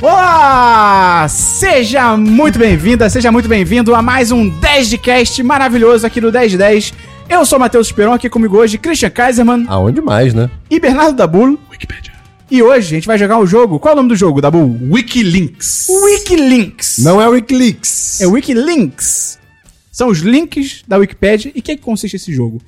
Olá! Seja muito bem-vinda, seja muito bem-vindo a mais um 10 de cast maravilhoso aqui do 1010. Eu sou Matheus Esperon, aqui comigo hoje Christian Kaiserman Aonde mais, né? e Bernardo Dabulo. E hoje a gente vai jogar um jogo. Qual é o nome do jogo, Dabu? Wikilinks. Wikilinks. Não é o Wikileaks. É Wikilinks. São os links da Wikipédia. E o que, que consiste esse jogo?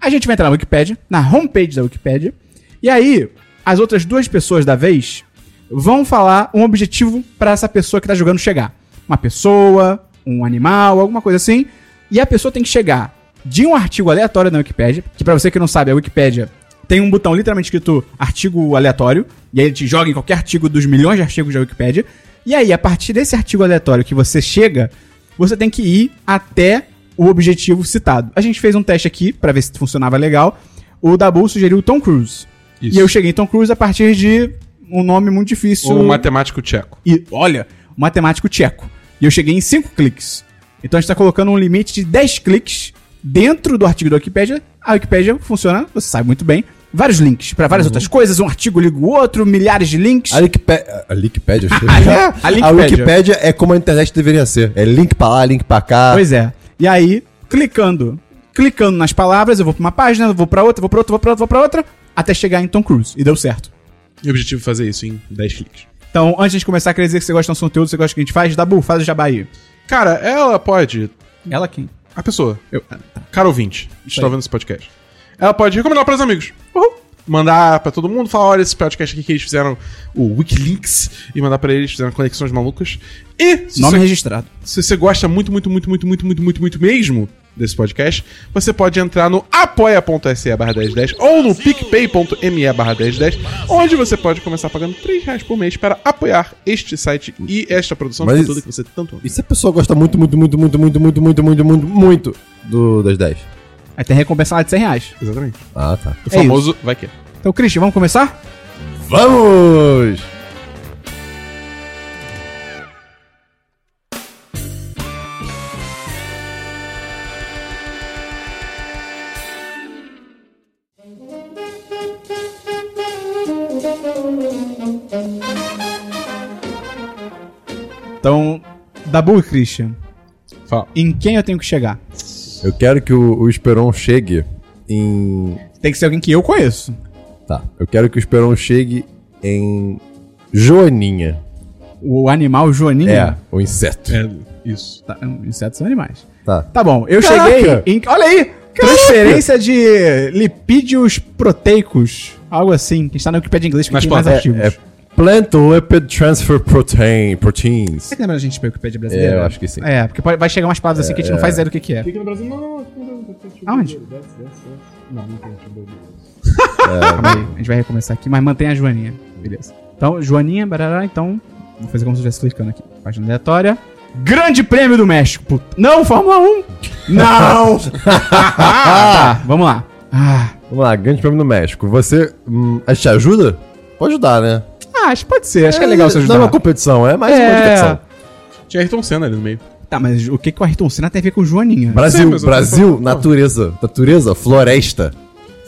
A gente vai entrar na Wikipédia, na homepage da Wikipédia, e aí as outras duas pessoas da vez vão falar um objetivo pra essa pessoa que tá jogando chegar. Uma pessoa, um animal, alguma coisa assim. E a pessoa tem que chegar de um artigo aleatório na Wikipédia, que pra você que não sabe, a Wikipédia tem um botão literalmente escrito artigo aleatório, e aí ele te joga em qualquer artigo dos milhões de artigos da Wikipédia. E aí, a partir desse artigo aleatório que você chega, você tem que ir até o objetivo citado. A gente fez um teste aqui pra ver se funcionava legal. O Dabu sugeriu Tom Cruise. Isso. E eu cheguei em Tom Cruise a partir de um nome muito difícil. Um matemático tcheco. E olha, um matemático tcheco. E eu cheguei em 5 cliques. Então a gente tá colocando um limite de 10 cliques dentro do artigo da Wikipédia. A Wikipédia funciona, você sabe muito bem. Vários links pra várias outras coisas, um artigo liga o outro, milhares de links. A Wikipédia. A Wikipédia, eu achei. Ah, A A Wikipédia. Wikipédia é como a internet deveria ser. É link pra lá, link pra cá. Pois é. E aí, clicando, clicando nas palavras, eu vou pra uma página, eu vou pra outra, vou pra outra, vou pra outra, vou pra outra, até chegar em Tom Cruise. E deu certo. E o objetivo é fazer isso em 10 cliques. Então, antes de começar, queria dizer que você gosta do nosso conteúdo, você gosta do que a gente faz, Dabu, faz o jabá aí. Cara, ela pode. Ela quem? A pessoa. Eu, ah, tá. cara ouvinte, está ouvindo esse podcast. Ela pode recomendar para os amigos. Uhul. Mandar pra todo mundo, falar, olha esse podcast aqui que eles fizeram, o Wikilinks, e mandar pra eles, fizeram conexões malucas. E se Nome você- registrado. se você gosta muito, muito, muito, muito, muito, muito, muito, muito mesmo desse podcast, você pode entrar no apoia.se barra 1010 ou no picpay.me barra 1010, onde você pode começar pagando 3 reais por mês para apoiar este site e esta produção Mas- de conteúdo que você tanto é. ama. E se a pessoa gosta muito, muito, muito, muito, muito, muito, muito, muito, muito, muito do das 10? Aí tem recompensa lá de 100 reais. Exatamente. Ah, tá. O É famoso vai que. é. Então, Christian, vamos começar? Vamos! Então, Dabu e Christian, Fala. em quem eu tenho que chegar? Eu quero que o, o Esperon chegue em. Tem que ser alguém que eu conheço. Tá. Eu quero que o Esperon chegue em. Joaninha. O animal Joaninha. É, o inseto. É, isso. Tá, insetos são animais. Tá. Tá bom, eu Caraca! cheguei em. Olha aí! Transferência de lipídios proteicos. Algo assim, que está no Wikipedia em inglês, porque Mas, tem pô, mais é- artigos. É Plant Lipid Transfer Protein. Proteins. Será que lembra a gente pra Wikipedia brasileira? É, eu acho que sim. É, porque pode- vai chegar umas palavras assim que a gente não faz ideia do que, que é. Fica no Brasil. Não, não, não. Aonde? Não, não tem. Calma aí, a gente vai recomeçar aqui, mas mantém a Joaninha. Beleza. Então, Joaninha, barará, então. Vou fazer como se eu estivesse clicando aqui. Página aleatória. Grande Prêmio do México. Puta- Não, Fórmula 1! Não! tá, vamos lá. Ah, Vamos lá, grande prêmio no México. Você. Hum, a gente te ajuda? Pode ajudar, né? acho, pode ser. Acho que é legal você ajudar. Não é uma competição, é mais É. uma competição. Tinha Ayrton Senna ali no meio. Tá, mas o que, que o Ayrton Senna tem a ver com o Joaninha? Brasil, Sim, mas eu tô Brasil, falando- natureza. Natureza, floresta.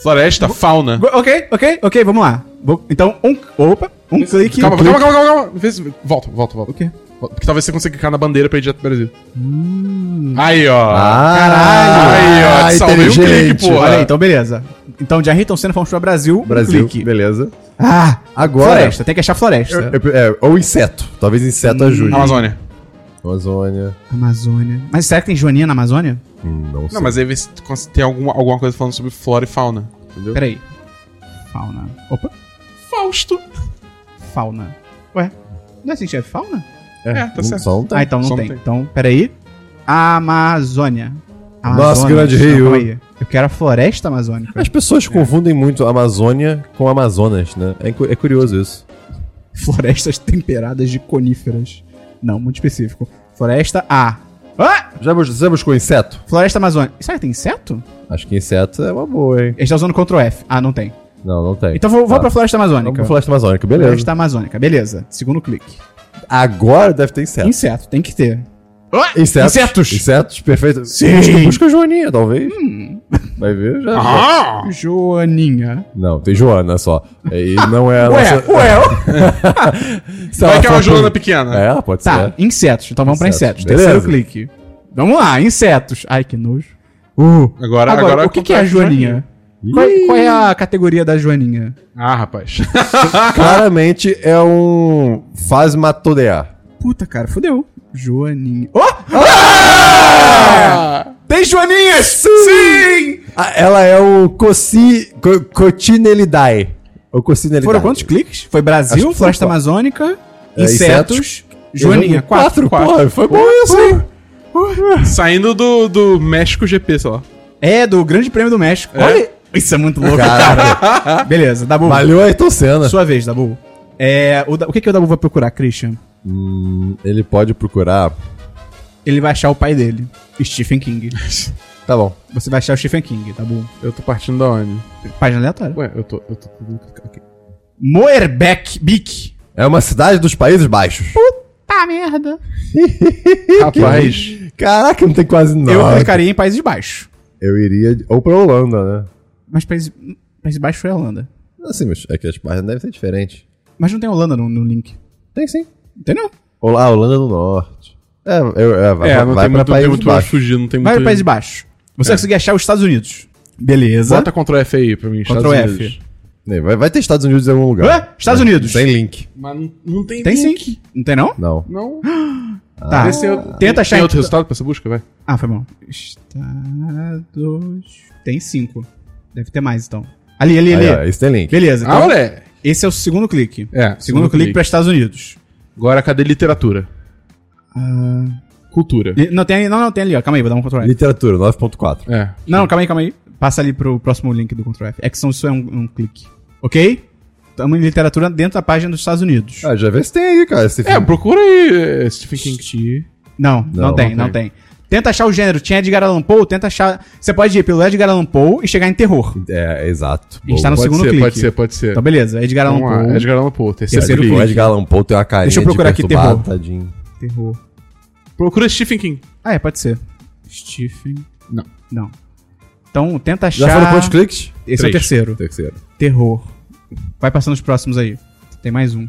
Floresta, fauna. Go- Ok, ok, ok, vamos lá. Vou- então, um. Opa, um clique. Calma, um calma, clique. calma, calma, calma. Vê se- Volta, volta, volta. O quê? Volta, Porque talvez você consiga clicar na bandeira pra ir direto pro Brasil. Hum. Aí, ó. Ah. caralho! Aí, ó, te salvei um Ah, inteligente. clique, porra. Olha aí, então beleza. Então, de Ayrton Senna fomos pra Brasil. um Brasil, clique. beleza. Ah, Agora- Floresta, tem que achar floresta. Eu- eu- é, ou inseto. Talvez inseto ajude. Amazônia. Amazônia. Amazônia. Mas será que tem joaninha na Amazônia? Hum, não sei. Não, mas aí vê se tu cons- tem alguma, alguma coisa falando sobre flora e fauna. entendeu? Peraí. Fauna. Opa, Fausto. fauna. Ué, não é assim, chefe? Fauna? É, tá Hum, certo. Só não tem. ah, então só não não tem. tem. Então, peraí. Amazônia. Nosso Amazonas. grande Não, rio. calma aí. Eu quero a floresta amazônica. As pessoas confundem muito Amazônia com Amazonas, né? É, cu- é curioso isso. Florestas temperadas de coníferas. Não, muito específico. Floresta A. Ah! Já, bus- você já buscou inseto? Floresta Amazônica. Será que tem inseto? Acho que inseto é uma boa, hein? A gente tá usando Ctrl F. Ah, não tem. Não, não tem. Então vou, vou Tá. pra Floresta Vamos Amazônica. pra floresta amazônica, beleza. Floresta Amazônica, beleza. Segundo clique. Agora deve ter inseto. Inseto, tem que ter. Insetos. Insetos. Insetos, perfeito. Sim. Busca, busca a Joaninha, talvez. Vai ver? Já. Ah! Joaninha. Não, tem Joana só. E não é a Ué, nossa... ué. Se ela Vai que é uma for- Joana pequena. É, ela pode Tá, ser. insetos. Então vamos pra Insetos, insetos. beleza. Terceiro clique. Vamos lá, insetos. Ai, que nojo. Agora, Agora, agora, né? o que, que é a Joaninha? Qual, qual é a categoria da Joaninha? Ah, rapaz. Claramente é um Phasmatodea. Puta, cara, fodeu. Joaninha. Oh! Ah! Ah! Tem Joaninhas! Sim! Ah, ela é o Coci... Co- Cotinelidae. Ou Cocinelidae. Foram quantos cliques? Foi Acho Brasil, que foi Floresta quatro. Amazônica, É, insetos, Joaninha. Quatro, Quatro, porra, foi bom isso, hein? Ah! Saindo do, do México GP, sei lá. É, do Grande Prêmio do México. Olha! Isso é muito louco, cara. Beleza, Dabu. Valeu Ayrton Senna. Sua vez, Dabu. É, o, Da- o que, que o Dabu vai procurar, Christian? Hum, ele pode procurar... Ele vai achar o pai dele, Stephen King. Tá bom. Você vai achar o Stephen King, Dabu. Eu tô partindo da onde? Página aleatória. Ué, eu tô. Eu tô tudo clicado aqui. Moerbeck Bic. É uma cidade dos Países Baixos. Tá merda. Rapaz. Caraca, não tem quase nada. Eu clicaria em Países Baixos. Eu iria de- ou pra Holanda, né? Mas Países, Países Baixos foi a Holanda. Assim, mas é que as páginas devem ser diferentes. Mas não tem Holanda no, no link. Tem sim. Entendeu? Ou lá, Holanda do Norte. É, eu, é, vai, é, pra- não vai tem pra muito, tem Países muito mais Baixos. fugir, não tem Vai muito. para Países Baixos. Você vai conseguir achar os Estados Unidos. Beleza. Bota Ctrl F aí pra mim, Ctrl F. Nem, Vai, vai ter Estados Unidos em algum lugar. Hã? Estados Unidos. Sem link. Mas não, não tem. Tem link. sim. Não tem não? Não. Não. Tá. Esse é eu- Tenta achar. então. Tem outro resultado pra essa busca, vai. Ah, foi bom. Estados. Tem cinco. Deve ter mais então. Ali, ali, ali. Aí, ó, esse tem link. Beleza. Então, moleque. esse é o segundo clique. Ah, É, Segundo, clique, para Estados Unidos. Ah, Agora cadê literatura? Cultura. E- Não, tem ali, não, não, tem ali, ó. Calma aí, vou dar um Ctrl F. Literatura, 9.4. É. Não, não, calma aí, calma aí. Passa ali pro próximo link do Ctrl F. É que são- isso é um, um clique. Ok? Estamos em literatura dentro da página dos Estados Unidos. Ah, já vê se tem aí, cara. Esse É, filme. procura aí é, Stephen King. Não, não, Não, tem, não não tem. Tenta achar o gênero. Tinha Edgar Allan Poe, tenta achar. Você pode ir pelo Edgar Allan Poe e chegar em terror. É, exato. A gente tá no Pode segundo ser, clique. pode ser, pode ser. Então, beleza. Edgar Allan É. Vamos lá, Poe. Edgar Allan Poe, terceiro, Terceiro clique. O Edgar Allan Poe tem uma carinha Deixa eu procurar aqui, perturbado, terror. tadinho. Terror. Procura Stephen King. Ah, é, pode ser. Stephen. Não. Não. Então, tenta achar. Já foram quantos cliques? Esse é o Três. terceiro. Terceiro. Terror. Vai passando os próximos aí. Tem mais um.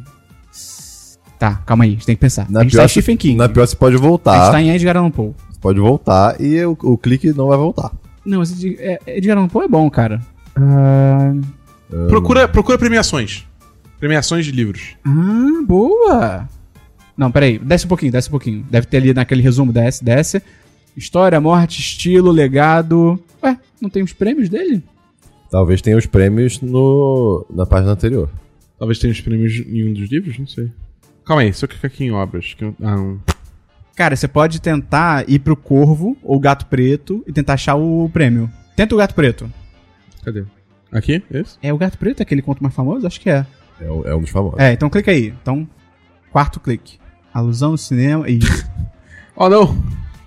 Tá, calma aí. A gente tem que pensar. Na a gente pior, tá em Stephen King. Na pior, você pode A gente voltar. tá em Edgar Allan Poe. Você pode voltar e o, o clique não vai voltar. Não, esse de- é, Edgar Allan Poe é bom, cara. Ah, Procura, procura premiações. Premiações de livros. Ah, boa! Não, peraí, desce um pouquinho, desce um pouquinho. Deve ter ali naquele resumo, desce, desce. História, morte, estilo, legado. Ué, não tem os prêmios dele? Talvez tenha os prêmios no, na página anterior. Talvez tenha os prêmios em um dos livros, não sei. Calma aí, se eu clicar aqui em obras. que eu- ah, não. Cara, você pode tentar ir pro Corvo ou Gato Preto e tentar achar o prêmio. Tenta o Gato Preto. Cadê? Aqui? Esse? É o Gato Preto aquele conto mais famoso? Acho que é. É, um- é um dos famosos. É, então clica aí. Então, quarto clique. Alusão ao cinema e... Oh, não!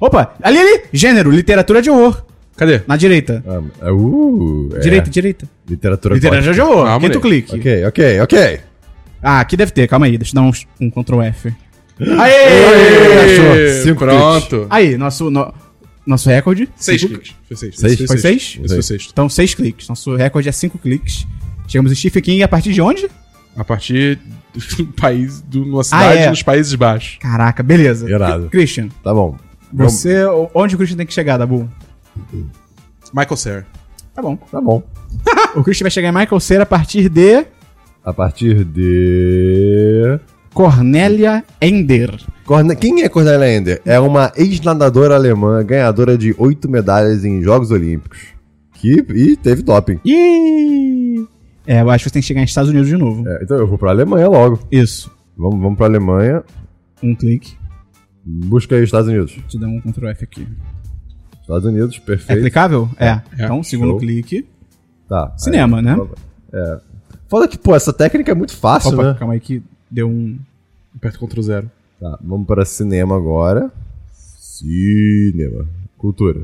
Opa, ali, ali! Gênero, literatura de horror. Cadê? Na direita. Ah, é, uh, é. Direita, direita. Literatura, Literatura de horror. Ah, Quinto clique. moleque. gótica. Ok, ok, ok. Ah, aqui deve ter, calma aí, deixa eu dar um, um Ctrl F. Ê, achou. Cinco Pronto. Aí, nosso, no- nosso recorde. Seis cinco- Ah, cliques. Foi seis. Seis? Esse Foi seis? Esse foi sexto. Então, seis cliques. Nosso recorde é cinco cliques. Chegamos em Stephen King a partir de onde? A partir do país, de uma cidade é. nos Países Baixos. Caraca, beleza. Irado. Christian, Tá bom. você. Onde o Christian tem que chegar, Dabu? Michael Cera. Tá bom. Tá bom. O Christian vai chegar em Michael Cera a partir de A partir de. Cornélia Ender. Corne- Quem é Cornelia Ender? É uma ex-nadadora alemã ganhadora de oito medalhas em Jogos Olímpicos. Que... E teve doping. Ih! É, eu acho que você tem que chegar nos Estados Unidos de novo. É, então eu vou pra Alemanha logo. Isso. Vamos, vamos pra Alemanha. Um clique. Busca aí os Estados Unidos. Deixa eu dar um Ctrl F aqui. Estados Unidos, É perfeito. aplicável? É. É. Então, segundo Show. clique. Tá. aí. Cinema, né? Foda que, pô, essa técnica é muito fácil, Opa, né? calma aí que deu um. Aperta Ctrl Zero. Tá, vamos para cinema agora. Cinema. Cultura.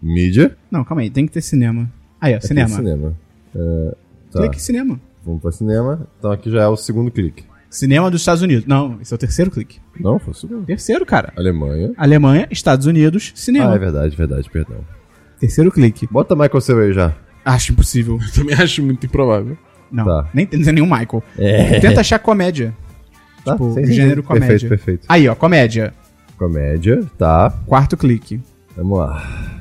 Mídia. Não, calma aí, tem que ter cinema. Aí, ó, Aqui é cinema. cinema. É, tá, Clique em cinema. vamos para cinema. Então aqui já é o segundo clique. Cinema dos Estados Unidos. Não, esse é o terceiro clique. Não, foi o segundo. Terceiro, cara. Alemanha. Alemanha, Estados Unidos, Ah, é cinema. verdade, verdade, perdão. Terceiro clique. Bota Michael Cerveja. Acho impossível. Eu também acho muito improvável. Não. Tá. É. Nem tem nenhum Michael. Tenta achar comédia. Tá? Tipo, Sem gênero sentido. comédia. Perfeito, perfeito. Aí, ó, comédia. Comédia, tá. Quarto clique. Vamos lá.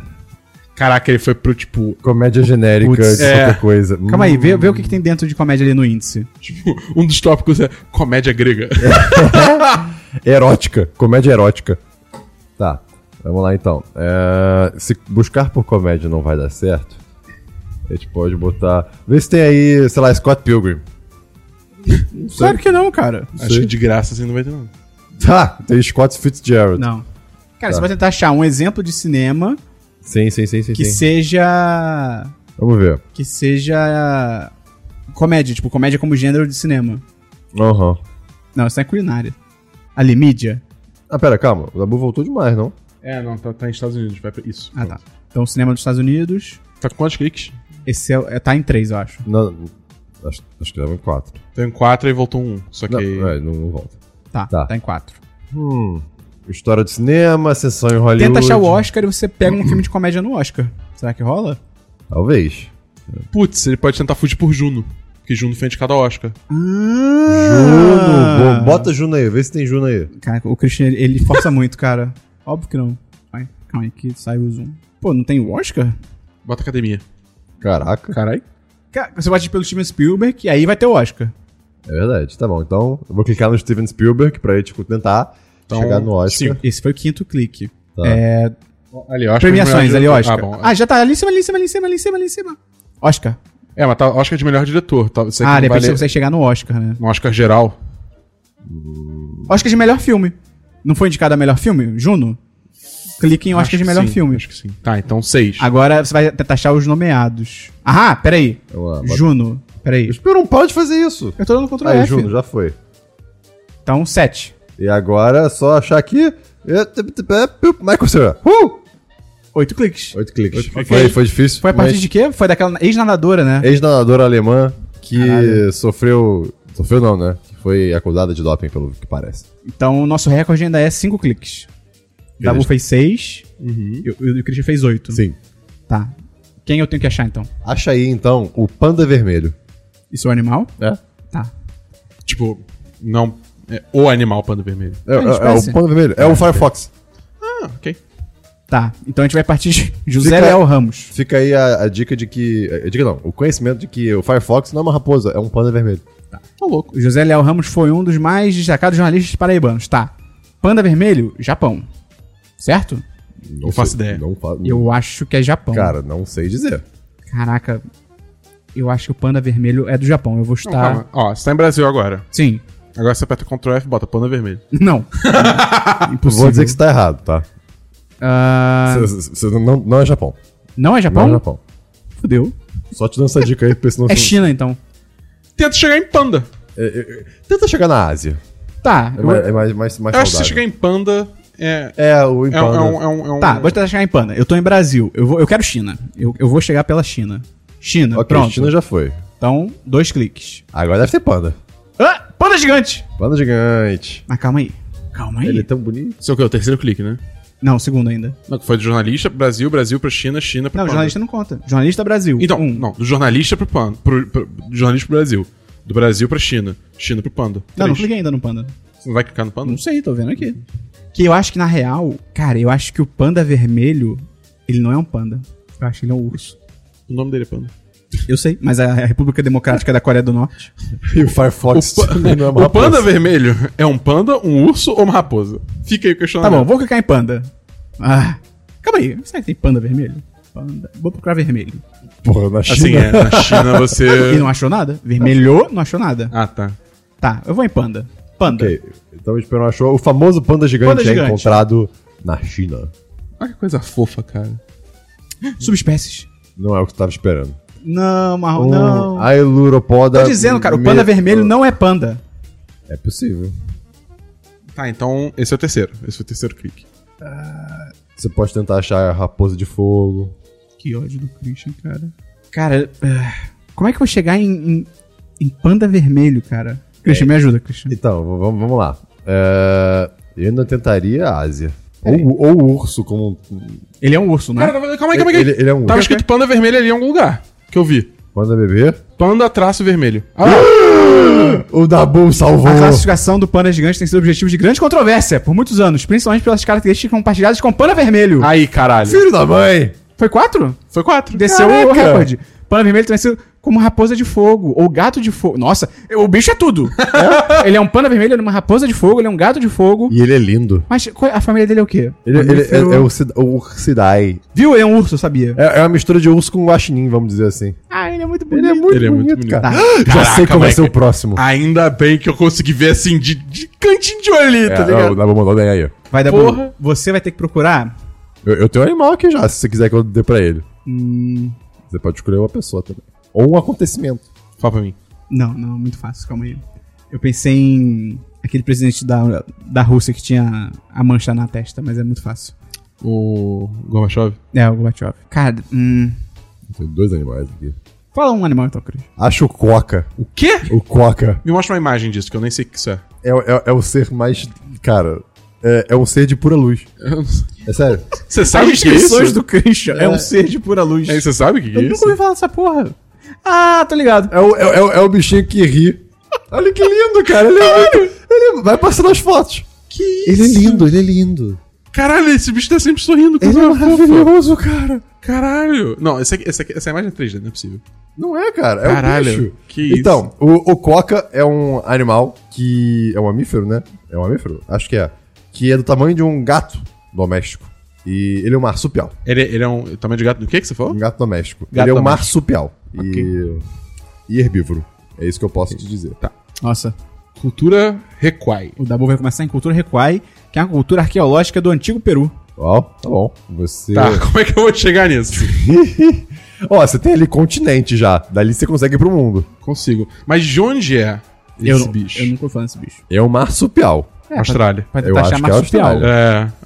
Caraca, ele foi pro tipo. Comédia genérica Putz, de é. qualquer coisa. Calma aí, vê, vê o que, que tem dentro de comédia ali no índice. tipo, um dos tópicos é comédia grega. Hum, Erótica. Comédia erótica. Tá. Vamos lá então. É, Se buscar por comédia não vai dar certo, a gente pode botar. Vê se tem aí, sei lá, Scott Pilgrim. Claro que não, cara. Acho que de graça assim não vai ter nada. Tá, tem Scott Fitzgerald. Não. Cara, Tá. você vai tentar achar um exemplo de cinema Sim, sim, sim, sim. que sim. seja. Vamos ver. Que seja. Comédia, tipo, comédia como gênero de cinema. Aham. Não, isso não é culinária. Ali, mídia. Ah, pera, calma. O Dabu voltou demais, não? É, não, tá, tá em Estados Unidos. Vai pra... Isso. Ah, tá. Então, cinema dos Estados Unidos. Tá com quantos cliques? Esse é, é- tá em três, eu acho. Não, acho, acho que dava em quatro. Tem quatro e voltou um. Só que. Não, é, não, não volta. Tá, Tá. tá, em quatro. Hum. História de cinema, sessão em Hollywood. Tenta achar o Oscar e você pega um filme de comédia no Oscar. Será que rola? Talvez. é. Putz, ele pode tentar fugir por Juno. Porque Juno foi indicado ao Oscar. Ah. Ah. Juno. Juno, Bom, bota Juno aí, vê se tem Juno aí. Cara, o Christian, ele, ele força muito, cara. Óbvio que não. Vai, calma aí que sai o zoom. Pô, não tem o Oscar? Bota academia. Caraca. Caralho. Cara, você bate pelo Steven Spielberg e aí vai ter o Oscar. É verdade, tá bom. Então, eu vou clicar no Steven Spielberg pra ele tipo, tentar Então, chegar no Oscar. cinco. Esse foi o quinto clique. Tá. É, Ali, Oscar. premiações melhor ali, diretor. Oscar. Ah, bom. Ah, já tá ali em cima, ali em cima, ali em cima, ali em cima, ali em cima. Oscar. É, mas tá Oscar de melhor diretor. Tá, isso aqui Ah, não de repente você vale... consegue chegar no Oscar, né? Um Oscar geral. Oscar de melhor filme. Não foi indicado a melhor filme? Juno? Clique em um Oscar de melhor sim, filme. Ah. Acho que sim. Tá, então seis. Agora você vai tentar achar os nomeados. Ah, peraí. Vamos lá, Tá, bota- Juno. Peraí. O Spielberg não pode fazer isso. Eu tô dando Ctrl Aí, F. Juno, já foi. Então, 7. E agora é só achar aqui. é, Michael Cera. Uh! 8 cliques. Oito cliques. Oito cliques. Foi, foi difícil. Foi a partir mas- de quê? Foi daquela ex-nadadora, né? Ex-nadadora alemã que Caralho. sofreu. Sofreu não, né? Que foi acusada de doping, pelo que parece. Então, o nosso recorde ainda é 5 cliques. O Dabu Beleza. fez 6 Uhum. e o e o Christian fez 8. Sim. Tá. Quem eu tenho que achar, então? Acha aí, então, o panda vermelho. Isso é um animal? É? Tá. Tipo, não. É, o animal panda vermelho. É, uma é espécie. o panda vermelho. É o Firefox. Ah, ok. Tá. Então, a gente vai partir de José Fica- Léo Ramos. Fica aí a, a dica de que... A dica não. O conhecimento de que o Firefox não é uma raposa, é um panda vermelho. Tô Tá louco. O José Léo Ramos foi um dos mais destacados jornalistas paraibanos. Tá. Panda Vermelho, Japão. Certo? Não Eu faço sei- ideia. Não faço... Eu acho que é Japão. Cara, não sei dizer. Caraca. Eu acho que o Panda Vermelho é do Japão. Eu vou estar. Não, calma. Ó, você tá em Brasil agora. Sim. Agora você aperta Ctrl F e bota panda vermelho. Não. Impossível. Vou dizer que você tá errado, tá? Ah, Você- você- não, não é Japão. não é Não Japão? é Japão. Fudeu. Só te dando essa dica aí, porque senão... É você- China, então. Tenta chegar em panda. É, é, é. Tenta chegar na Ásia. Tá. É eu- mais, é mais, mais, mais Eu acho que se saudável. chegar em panda é. É, o É, um- Impala. é um, é um- é um- Tá, vou tentar chegar em Panda. Eu tô em Brasil. Eu, vou, eu quero China. Eu, eu vou chegar pela China. um- China, Ok, pronto. China já foi. Então, dois cliques. Agora deve ter panda. Ah, panda gigante! Panda gigante. Mas calma aí. Calma aí. Ele é tão bonito. Isso é o que? O terceiro clique, né? Não, segundo ainda. Não, que foi do jornalista, Brasil, Brasil pra China, China pra Não, panda. jornalista não conta. Jornalista Brasil. Então, um. não, do jornalista pro panda. Pro, pro- do jornalista pro Brasil. Do Brasil pra China. China pro panda. Não, não Três. cliquei ainda no Panda. Você não vai clicar no panda? Não sei, tô vendo aqui. Que eu acho que, na real, cara, eu acho que o panda vermelho, ele não é um panda. Eu acho que ele é um urso. O nome dele é panda. Eu sei, mas a República Democrática da Coreia do Norte. E o Firefox O, pa- também não é uma o panda raposa. vermelho é um panda, um urso ou uma raposa? Fica aí o Tá questionamento. bom, vou clicar em panda. Ah, calma aí, será que tem panda vermelho? Panda. Vou procurar vermelho. Porra, na Assim, China. é, na China E você. não achou nada? Vermelho, não achou nada. Ah, tá. Tá, eu vou em panda. Panda. Ok, então o Esperão achou. O famoso panda gigante Panda é gigante. encontrado na China. Olha que coisa fofa, cara. Subespécies. Não é o que você tava esperando. Não, marrom, Um não. Ailuropoda. Tô dizendo, cara, o panda me- Oh, ah, vermelho não é panda. É possível. Tá, então esse é o terceiro. Esse foi o terceiro clique. Você pode tentar achar a raposa de fogo. Que ódio do Christian, cara. Cara, ah, como é que eu vou chegar em, em, em panda vermelho, cara? Christian, me ajuda, Christian. Então, v- vamos, vamos lá. É, Eu ainda tentaria a Ásia. Ou, ou o urso, como. Ele é um urso, né? Cara, tava- calma aí, calma aí. Ele- ele é um- Tava escrito panda vermelho ali em algum lugar que eu vi. Manda beber. Panda traço vermelho. Ah, O Dabu salvou. A classificação do panda gigante tem sido objetivo de grande controvérsia por muitos anos, principalmente pelas características compartilhadas com o panda vermelho. Aí, caralho. Filho da mãe! Foi quatro? Foi quatro. Desceu o Caraca! recorde. Panda vermelho tem sido como raposa de fogo ou gato de fogo. Nossa, o bicho é tudo. É. Ele é um panda vermelho, ele é uma raposa de fogo, ele é um gato de fogo. E ele é lindo. Mas qual- a família dele é o quê? Ele, ele é, Mamífero- é o Cid- o Ursidai. Viu? Ele é um urso, sabia? É, é uma mistura de urso com guaxinim, vamos dizer assim. Ah, ele é muito Ele é muito, Ele é muito bonito, bonito. cara. Tá. Já sei Caraca, Ah, qual vai moleque. ser o próximo. Ainda bem que eu consegui ver assim, de, de cantinho de olho ali, tá É, não, ligado? dá pra mandar daí aí. Vai dar Porra. bom. Você vai ter que procurar. Eu, eu tenho um animal aqui já, se você quiser que eu dê pra ele. Você pode escolher uma pessoa também. Ou um acontecimento. Fala pra mim. Não, não, muito fácil, calma aí. Eu pensei em aquele presidente da, da Rússia que tinha a mancha na testa, mas é muito fácil. O Gorbachev? É, o Gorbachev. Cara, hum. Tem dois animais aqui. Fala um animal então, Cris. Acho o coca. O quê? O coca Me mostra uma imagem disso, que eu nem sei o que isso é. é, é, é o ser mais. Cara, é, é um ser de pura luz. É sério. Você sabe o que é isso? do Christian é, um ser de pura luz. É, você sabe o que que Eu é nunca isso? ouvi falar dessa porra. Ah, tô ligado. É o, é, o- é o- é o bichinho que ri. Olha que lindo, cara. Ele, é muito- ele vai passando as fotos. Que Ele é lindo, ele é lindo. Caralho, esse bicho tá sempre sorrindo. Ele é coisa fofa. maravilhoso, cara. Caralho. Não, essa, aqui- essa, aqui- essa imagem é 3D, não é possível. Não é, cara. É Caralho, um bicho. que isso. Então, o, o coca é um animal que. É um mamífero, né? É um mamífero? Acho que é. Que é do tamanho de um gato doméstico. E ele é um marsupial. Ele, ele é um tamanho de gato do que que você Um falou? gato doméstico. Gato ele é um doméstico. marsupial. E. E herbívoro. É isso que eu posso te dizer. Tá. Nossa, Cultura Requai. o Dabu vai começar em cultura recuai, que é uma cultura arqueológica do antigo Peru. Ó, tá bom. Você. Tá, como é que eu vou chegar nisso? Ó, você tem ali continente já. Dali você consegue ir pro mundo. Consigo. Mas de onde é esse eu, nu- bicho? Eu nunca ouvi falar desse bicho. É um marsupial. É, Austrália. Pode Eu tentar achar acho que é marsupial. Austrália.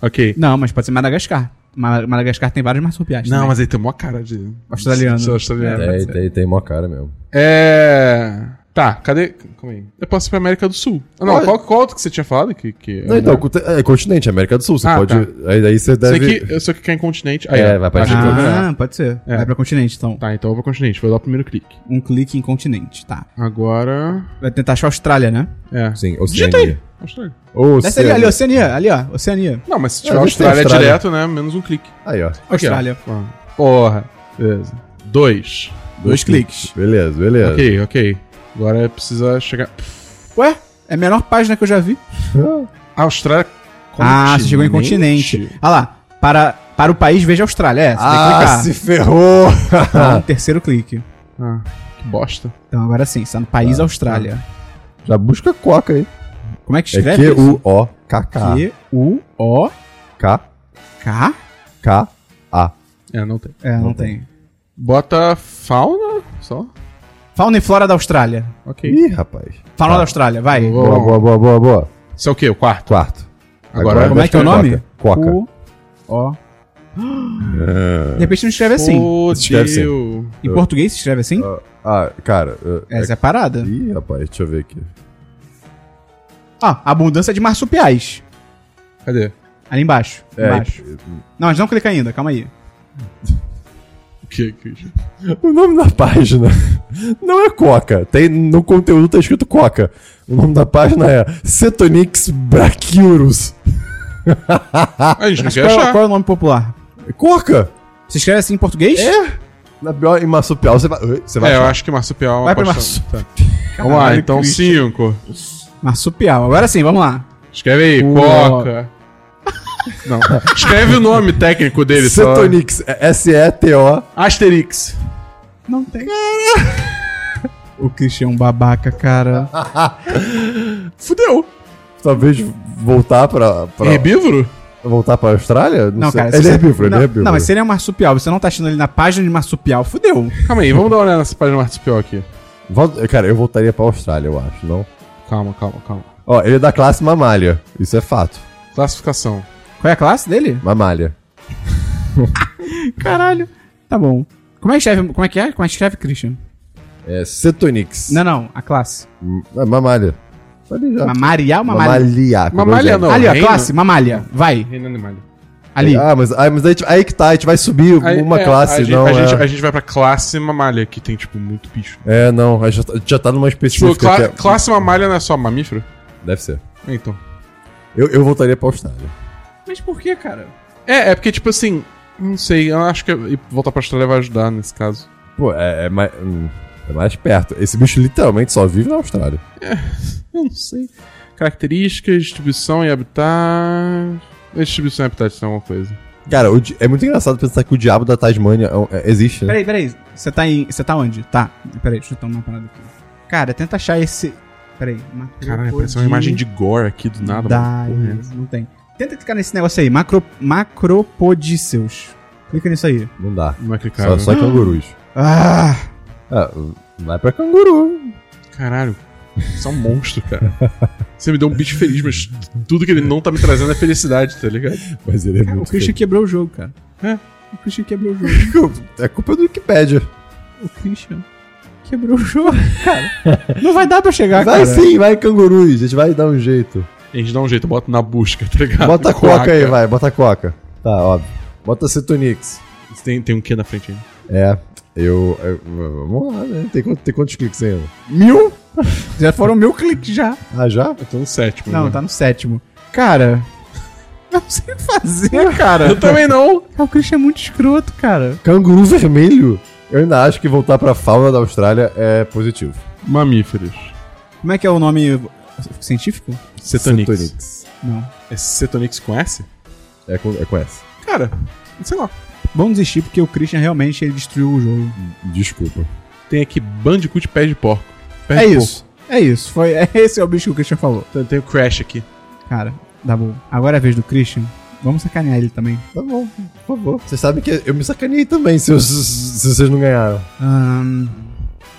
É, ok. Não, mas pode ser Madagascar. Ma- Madagascar tem vários marsupiais. Não, também. mas ele tem mó cara de. Australiano. de australiano. É. Tem, tem, tem mó cara mesmo. É. Tá, cadê. Calma aí. Eu posso ir pra América do Sul. Ah, não, Olha- qual, qual outro que você tinha falado? Que, que... Não, então, conte- é continente, América do Sul. Você Ah, pode. tá. Aí, aí você Isso deve. aqui, eu só que quer em continente. Aí, É, ó. vai pra Acho que eu vou ganhar. Ah, pode ser. É. Vai pra continente, então. Tá, então eu vou pra continente. Vou dar o primeiro clique. Um clique em continente, tá. Agora. Vai tentar achar a Austrália, né? É. Sim, Digita aí. Oceania. Austrália. Desce ali, ali, Oceania. Ali, ó, Oceania. Não, mas se É, tiver a gente tem Austrália, Austrália. direto, né? Menos um clique. Aí, ó. Aqui, ó. Austrália. Ah, Porra. Beleza. Dois. Dois cliques. Beleza, beleza. Ok, ok. Agora precisa chegar. Ué? É a menor página que eu já vi. Austrália. Ah, você chegou em continente. Ah lá. Para, para o país, veja a Austrália. É, você Ah, tem que clicar. se ferrou! Então, terceiro clique. Ah, que bosta. Então agora sim, está no país Austrália. Já busca coca aí. Como é que É escreve? isso? Q-U-O-K-K. Q-U-O-K. K-K-A. É, não tem. É, não tem. Bota fauna só? Fauna e flora da Austrália. Ok. Ih, rapaz. Fauna Tá. da Austrália, vai. Boa. Boa, boa, boa, boa, boa. Isso é o quê? O quarto? Quarto. Agora, Como é que é o nome? Coca. Coca. Q, O. De repente não escreve assim. Escreve sim. Fodeu. Em português se escreve assim? Ah, cara. eu- Essa é a parada. Ih, rapaz, deixa eu ver aqui. Ah, abundância de marsupiais. Cadê? Ali embaixo. É, embaixo. Não, mas não clica ainda, calma aí. O que, Christian? O nome da página não é Coca. Tem, no conteúdo tá escrito Coca. O nome da página é Cetonix Brachyrus. A gente não Mas quer qual, achar. qual é o nome popular? Coca? Se escreve assim em português? É? Na pior, em marsupial, você vai. Ui, Você vai É, eu achar. acho que marsupial Vai pra pode marsu- estar- tá. Vamos lá, Caralho, então Christian. cinco. Marsupial. Agora sim, vamos lá. Escreve aí, Ua. coca. Não. Escreve o nome técnico dele só. Cetonix. é S-E-T-O. Asterix. Não tem. O Christian é um babaca, cara. Fudeu. Talvez voltar pra. pra- É Herbívoro? Voltar pra Austrália? é Não, cara. se Ele você- é herbívoro, ele não, é herbívoro. Não, mas se ele é um marsupial, você não tá achando ele na página de marsupial, fudeu. Calma aí, vamos dar uma olhada nessa página marsupial aqui. Volta- Cara, eu voltaria pra Austrália, eu acho, não? Calma, calma, calma. Ó, ele é da classe mamália. Isso é fato. Classificação. Qual é a classe dele? Mamália. Caralho. Tá bom. Como é que escreve? Como é que é? Como é que escreve, Christian? É Cetonix. Não, não, a classe. Hum, É mamália. Mamalha Mamalha. ou mamalha? Mamalha. com Mamalha dois não. L's. Ali, ó, Reino. classe, mamalha. Vai, Reino Animalha. ali. Ah, mas, ah, mas aí, aí que tá, a gente vai subir Aí, uma é, classe, a gente, não. a, é... gente, a gente vai pra classe mamalha, que tem, tipo, muito bicho. É, não, a gente já tá- já tá numa específica. Tipo, cla- que é- classe mamalha não é só mamífero? Deve ser. Então. Eu, eu voltaria pra Austrália. Mas por que, cara? É, é porque, tipo assim, não sei, eu acho que e voltar pra Austrália vai ajudar nesse caso. Pô, é, é mais, hum, é mais perto. Esse bicho literalmente só vive na Austrália. Eu não sei. Características, distribuição e habitat. É, Distribuição e habitat são alguma coisa. Cara, o di- é muito engraçado pensar que o diabo da Tasmânia é um- é- existe, né? Peraí, peraí. Você tá em. Você tá onde? Tá. Peraí, deixa eu tomar uma parada aqui. Cara, tenta achar esse. Peraí. Caralho, parece uma imagem de gore aqui do nada, Dai, mano. não tem. Tenta clicar nesse negócio aí, macro, macropodíceos. Clica nisso aí. Não dá. Não é clicável. Só, só cangurus. Ah! Ah, vai pra canguru. Caralho, isso é um monstro, cara. Você me deu um bicho feliz, mas tudo que ele não tá me trazendo é felicidade, tá ligado? Mas ele é Cara, o muito. Christian quebrou o jogo, cara. É? O Christian quebrou o jogo. feio. É culpa do Wikipedia. O Christian quebrou o jogo, cara. Não vai dar pra chegar, Vai Ah, cara. sim, vai cangurus. A gente vai dar um jeito. A gente dá um jeito, bota na busca, tá ligado? Bota a coca aí, vai. Bota a coca. Tá, óbvio. Bota Cetonix. Tem, tem um que na frente ainda. É, eu, eu- Vamos lá, né? Tem, quant- tem quantos cliques ainda? Mil? Já foram mil cliques já. Ah, já? Eu tô no sétimo. Não, né? tá no sétimo. Cara, não sei o que fazer, cara. Eu também não. O Christian é muito escroto, cara. Canguru vermelho? Eu ainda acho que voltar pra fauna da Austrália é positivo. Mamíferos. Como é que é o nome científico? Cetonix. Cetonix. Não. É Cetonix com S? É com, é com S. Cara, sei lá. Vamos desistir porque o Christian realmente ele destruiu o jogo. Desculpa. Tem aqui Bandicoot Pé de Porco. Pé É de isso. É isso. Foi, é esse é o bicho que o Christian falou. Porco. Tem, tem o Crash aqui. Cara, dá bom. Agora é a vez do Christian. Vamos sacanear ele também. Tá bom, por favor. Vocês sabem que eu me sacaneei também se, eu- se- se vocês não ganharam. Ahn,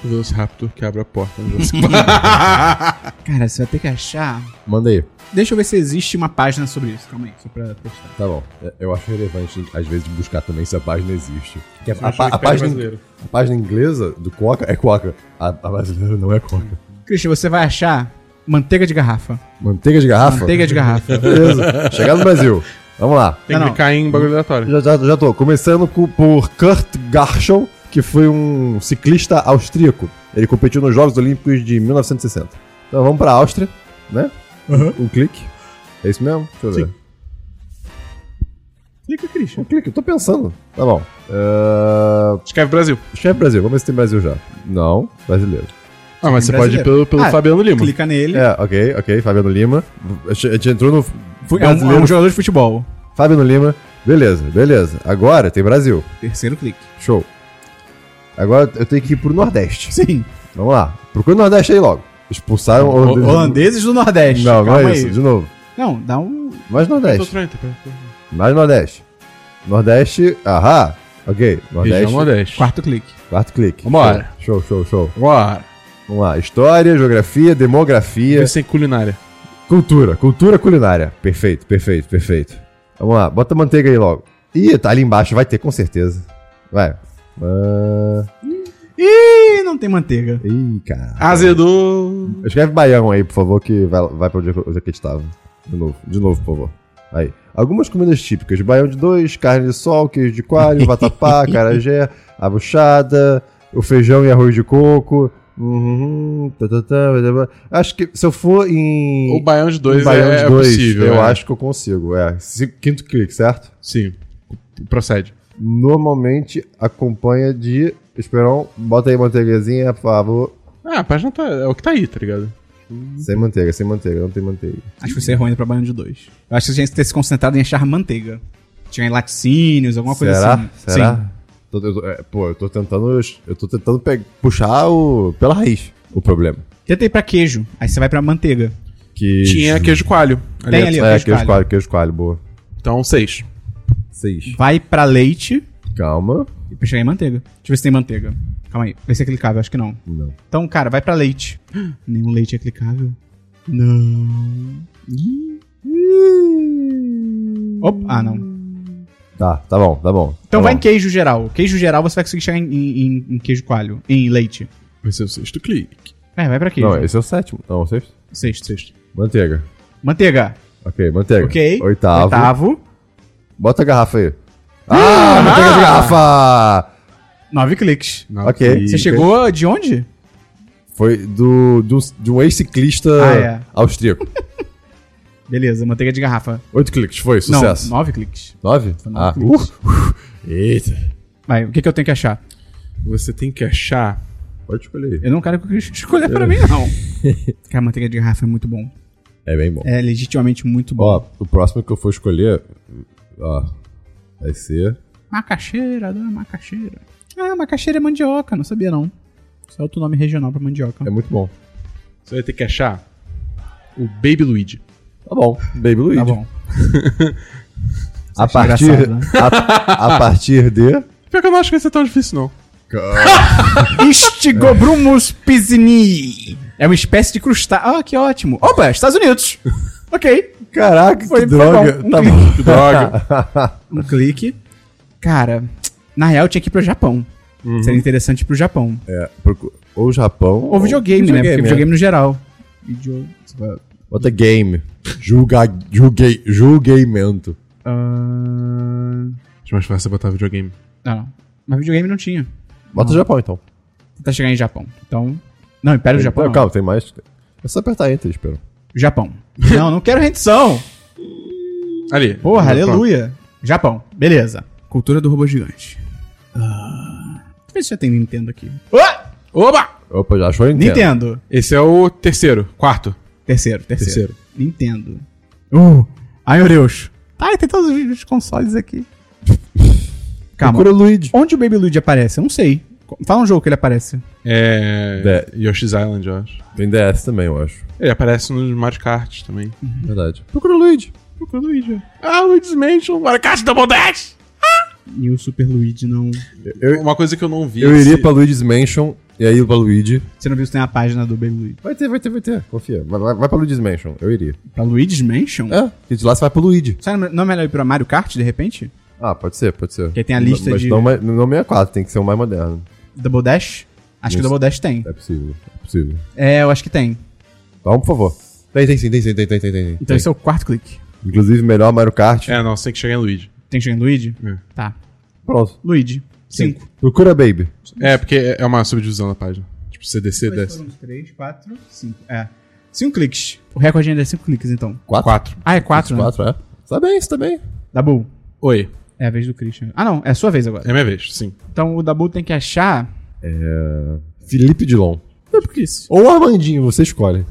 O Velociraptor que abre a porta. né? no Jurassic cara, você vai ter que achar. Manda aí. Deixa eu ver se existe uma página sobre isso. Calma aí, só pra postar. Tá bom. É, Eu acho relevante, às vezes, buscar também se a página existe. Que a, a Park. pa- a página, é brasileiro. a página inglesa do Coca é Coca. A, a brasileira não é Coca. Christian, você vai achar manteiga de garrafa. Manteiga de garrafa? Manteiga de garrafa. Beleza. Chegar no Brasil. Vamos lá. Tem que Não, não. clicar em bagulho aleatório. Já, já, já tô. Começando com- por Kurt Garschel, que foi um ciclista austríaco. Ele competiu nos Jogos Olímpicos de 1960. Então vamos pra Áustria, né? Um clique. É isso mesmo? Deixa eu ver. Clica, Um Christian. clique, eu tô pensando. Tá bom. Uh, Escreve Brasil. escreve Brasil, vamos ver se tem Brasil já. Não, brasileiro. Ah, mas você Tem pode ir brasileiro. pelo, pelo Ah, Fabiano Lima. Clica nele. É, ok, ok, Fabiano Lima. A gente entrou no. Foi- É, um, é brasileiro. um jogador de futebol. Fabiano Lima. Beleza, beleza. Agora tem Brasil. Terceiro clique. Show. Agora eu tenho que ir pro Nordeste. Sim. Vamos lá. Procura o Nordeste aí logo. Expulsaram O- holandeses. Holandeses do Nordeste. Não, não Calma é aí. isso. De novo. Não, dá um. Mais Eu tô Nordeste. treinando, tá? Mais Nordeste. Nordeste. Ahá. Ok. Nordeste. Região Nordeste. Quarto clique. Quarto clique. Vambora. Show, show, show. Bora. Vamos lá. História, geografia, demografia. Vê se tem culinária. Cultura. Cultura culinária. Perfeito, perfeito, perfeito. Vamos lá. Bota manteiga aí logo. Ih, tá ali embaixo. Vai ter, com certeza. Vai. Ah, Ih, não tem manteiga. Ih, cara. Ah, Azedou. Escreve baião aí, por favor, que vai, vai pra onde eu onde eu que estava. De novo, de novo, por favor. Aí. Algumas comidas típicas: baião de dois, carne de sol, queijo de coalho, vatapá, carajé, a buchada, o feijão e arroz de coco. Uhum, tá, tá, tá, tá, tá. Acho que se eu for em. O Baião de em dois baião é, de é dois, possível. eu é. acho que eu consigo. É. Cinco- Quinto clique, certo? Sim. Procede. Normalmente acompanha de. Esperão, bota aí manteigazinha, por favor. Ah, a página tá, é o que tá aí, tá ligado? Sem manteiga, sem manteiga, não tem manteiga. Acho que você errou indo pra banho de dois. Eu acho que a gente ter se concentrado em achar manteiga. Tinha em laticínios, alguma coisa Será? assim. Será? Sim. Tô- eu tô- é, pô, eu tô tentando. Eu tô tentando pe- puxar o, pela raiz o problema. Tenta ir pra queijo, aí você vai pra manteiga. Que Tinha queijo coalho. Tem atrás. ali, ó, É, queijo queijo coalho. coalho, queijo coalho, boa. Então, seis. Seis. Vai pra leite Calma. e pra chegar em manteiga. Deixa eu ver se tem manteiga. Calma aí. Vê se é clicável, acho que não. Não. Então, cara, vai pra leite. Nenhum leite é clicável. Não. Ih. Opa, ah, não. Tá, tá bom, tá bom. Então tá vai em bom. queijo geral. Queijo geral você vai conseguir chegar em, em- em queijo coalho. Em leite. Vai ser o sexto clique. É, vai pra queijo. Não, esse é o sétimo. Não, o sexto? Sexto, sexto. Manteiga. Manteiga. Ok, manteiga. Ok. Oitavo. Oitavo. Bota a garrafa aí. Ah, manteiga de Ah! garrafa! Nove cliques. Não, Ok. que- Você chegou de onde? Foi do, do, de um ex-ciclista Ah, é. austríaco. Beleza, manteiga de garrafa. Oito cliques, foi, sucesso. Não, nove cliques. Nove? nove Ah, cliques. uh, uh, eita. Vai, o que, que eu tenho que achar? Você tem que achar. Pode escolher aí. Eu não quero que escolha pra mim, não. Cara, manteiga de garrafa é muito bom. É bem bom. É legitimamente muito bom. Ó, o próximo que eu for escolher, ó, vai ser... Macaxeira, adoro macaxeira. Ah, macaxeira é mandioca, não sabia não. Isso é outro nome regional pra mandioca. Tá É muito bom. Você vai ter que achar o Baby Luigi. Tá bom, Baby Luigi. Tá bom. A Acho partir, engraçado, né? a, a partir de... Pior que eu não acho que vai ser tão difícil, não. Istigobrumus piscini. É uma espécie de crustáceo. Ah, que ótimo. Opa, Estados Unidos. ok. Caraca, Foi- que foi droga. bom. Tá Um bom. Que droga. Um clique. Cara, na real eu tinha que ir pro Japão. Seria interessante ir pro Japão. Uhum. É, procu- ou Japão... Ou videogame, né? Porque é. videogame no geral. Video... Bota game. Julga, julgue, julgamento. Ah, Acho mais fácil botar videogame. Não, não. Mas videogame não tinha. Bota Ah. Japão, então. Tentar chegar em Japão. Então. Não, Império do Japão. Não, não. calma, tem mais. É só apertar Enter, espero. Japão. Não, não quero rendição. Ali. Porra, Pronto. aleluia. Japão. Beleza. Cultura do robô gigante. Ah, Deixa eu ver se já tem Nintendo aqui. Ah! Oba! Opa, já achou Nintendo. Nintendo. Esse é o terceiro. Quarto. Terceiro, terceiro. Terceiro. Nintendo. Uh! Ai, meu Deus. Ai, tem todos os consoles aqui. Calma. Procura Luigi. Onde o Baby Luigi aparece? Eu não sei. Fala um jogo que ele aparece. É. É. Yoshi's Island, eu acho. Tem DS também, eu acho. Ele aparece nos Mario Kart também. Verdade. Procura Luigi. Procura o Luigi. Ah, Luigi's Mansion. Mario Kart Double Dash! E o Super Luigi não. Eu- Uma coisa que eu não vi. Eu esse- iria pra Luigi's Mansion e aí pra Luigi. Você não viu se tem a página do Baby Luigi? Vai ter, vai ter, vai ter. Confia. Vai, vai, vai pra Luigi's Mansion. Eu iria. Pra Luigi's Mansion? É, e de lá você vai pro Luigi. Sabe, não é melhor ir pra Mario Kart, de repente? Ah, pode ser, pode ser. Porque tem a lista mas de- Não, mas não 64, tem que ser o mais moderno. Double Dash? Acho que Isso. Double Dash tem. É possível, é possível. É, eu acho que tem. Então, por favor. Tem, tem sim, tem sim, tem, tem, tem, tem. Então tem. esse é o quarto clique. Inclusive, melhor Mario Kart. É, não, você tem que chegar em Luigi. Tem que chegar em Luigi? É. Tá. Pronto. Luigi. Cinco. Procura Baby. É, porque é uma subdivisão da página. Tipo, CDC desce. três, quatro, cinco. É. Cinco cliques. O recorde ainda é cinco cliques, então. Quatro. Quatro. Ah, é quatro, né? Quatro, é. Tá bem, isso tá bem. Dabu. Oi. É a vez do Christian. Ah, não. É a sua vez agora. É minha vez, sim. Então o Dabu tem que achar... Felipe Dilon. É porque isso. Ou Armandinho, você escolhe.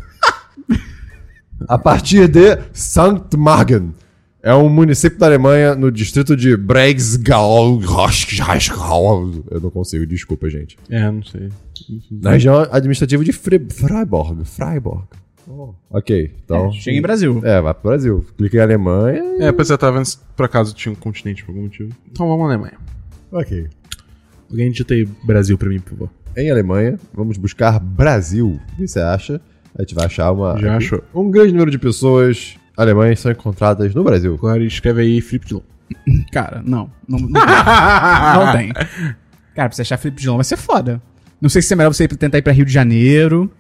A partir de Sankt Margen. É um município da Alemanha no distrito de Breisgau. Eu não consigo, desculpa, gente. É, não sei. Na região administrativa de Fre- Freiburg. Freiburg. Ok, então. Chega em Brasil. É, vai pro Brasil. Clica em Alemanha. É, pois eu tava vendo se por acaso tinha um continente por algum motivo. Então vamos à Alemanha. Ok. Alguém digita aí Brasil pra mim, por favor. Em Alemanha, vamos buscar Brasil. O que você acha? A gente vai achar uma. Já achou. Um grande número de pessoas alemães são encontradas no Brasil. Agora escreve aí Felipe Dilon. Cara, não. Não, não tem. Não tem. Cara, pra você achar Felipe Dilon vai ser foda. Não sei se é melhor você ir pra- tentar ir pra Rio de Janeiro...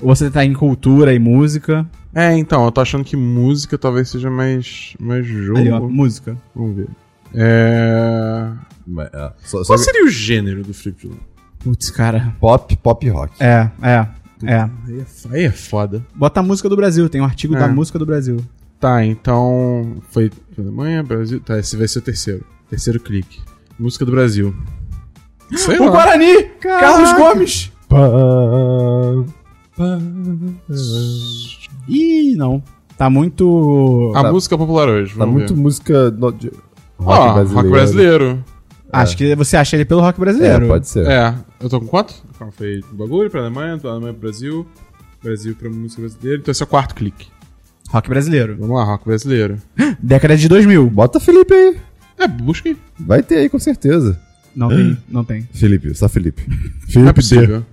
Ou você tentar ir em cultura e música. É, então, eu tô achando que música talvez seja mais, mais jogo. Ali, ó. Música. Vamos ver. É... Mas, é, só- só- Qual seria o gênero do Felipe Dilon? Putz, cara. Pop, pop rock. É, é, é. Aí é, f- aí é foda. Bota a música do Brasil, tem um artigo É. da música do Brasil. Tá, então foi Alemanha, Brasil. Tá, esse vai ser o terceiro. Terceiro clique. Música do Brasil. Sei lá. Guarani! Carlos Gomes! Ih, não. Tá muito. A música é popular hoje. Tá vamos muito ver. música no- de- Ó, Ah, rock brasileiro. Acho que você acha ele pelo rock brasileiro. É, pode ser. É, eu tô com quanto? Calma, foi do bagulho pra Alemanha, da Alemanha pro Brasil, Brasil pra música brasileira. Então esse é o quarto clique. Rock brasileiro. Vamos lá, rock brasileiro. Década de 2000. Bota Felipe aí. É, busca aí. Vai ter aí com certeza. Não Ah. tem, não tem. Felipe, só Felipe. Não é Felipe D. possível.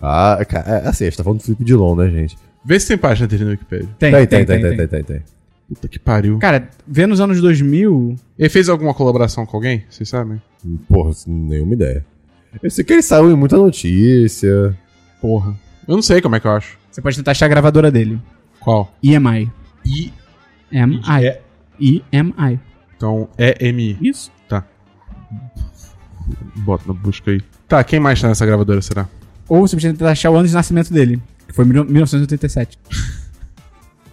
Ah, cara, é, assim, a gente tá falando do Felipe Dilon, né, gente? Vê se tem página dele no Wikipedia. Tem, Tem, tem, tem, tem, tem, tem. tem. Puta que pariu. Cara, vê nos anos 2000. Ele fez alguma colaboração com alguém? Vocês sabem? Porra, assim, nenhuma ideia. Eu sei que ele saiu em muita notícia. Porra. Eu não sei como é que eu acho. Você pode tentar achar a gravadora dele. Qual? EMI. I. EMI. É. EMI. Então, é MI. Isso. Bota na busca aí. Tá, quem mais tá nessa gravadora, será? Ou você pode tentar achar o ano de nascimento dele, que foi 1987. Tá.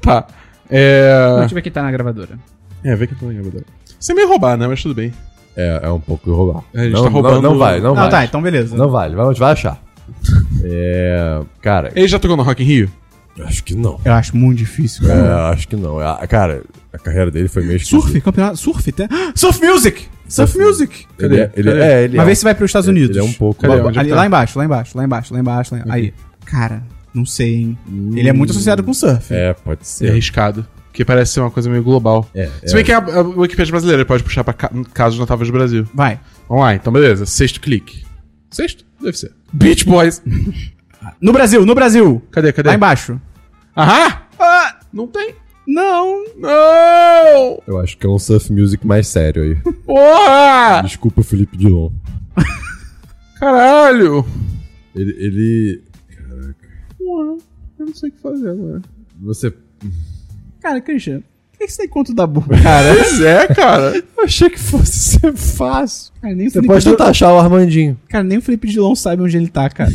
Não Ah. É. Deixa eu ver quem tá na gravadora. É, vê quem tá na gravadora. Você é meio roubar, né? Mas tudo bem. É, é um pouco roubar. A gente não, tá roubando- Não, não vale, não, Não, vale. tá, então beleza. Não vale, vamos, vai achar. É. Cara, Ele já tocou no Rock in Rio? acho que não. Eu acho muito difícil. É, cara. acho que não. A- Cara, a carreira dele foi meio esquisita. Surf, campeonato. Surf, até. Surf Music! Surf Surf Music! Ele, é- ele é, ele é Mas vê um- se vai pros Estados ele- Unidos. Ele é um pouco. Cadê? babado. Onde é que Ali, tá? lá embaixo, lá embaixo, lá embaixo, lá embaixo. Lá... Aí. Cara, não sei, hein? Ele é muito associado com surf. É, pode É ser. arriscado. Porque parece ser uma coisa meio global. É, Se bem que a, a Wikipedia brasileira pode puxar pra ca- casos notáveis do Brasil. Vai. Vamos lá, então beleza. Sexto clique. Sexto? Deve ser. Beach Boys. No Brasil, no Brasil! Cadê, cadê? Lá embaixo. Aham! Ah, não tem. Não! Não! Eu acho que é um surf music mais sério aí. Porra! Desculpa, Felipe Dilon. Caralho! Ele. ele- Porra, eu não sei o que fazer agora. Você. Cara, Christian, por que que você tem conta da burra? Cara, Pois é, cara. eu achei que fosse ser fácil. é Cara, nem o Você Felipe pode Dilon- tentar achar o Armandinho. Cara, nem o Felipe Dilon sabe onde ele tá, cara.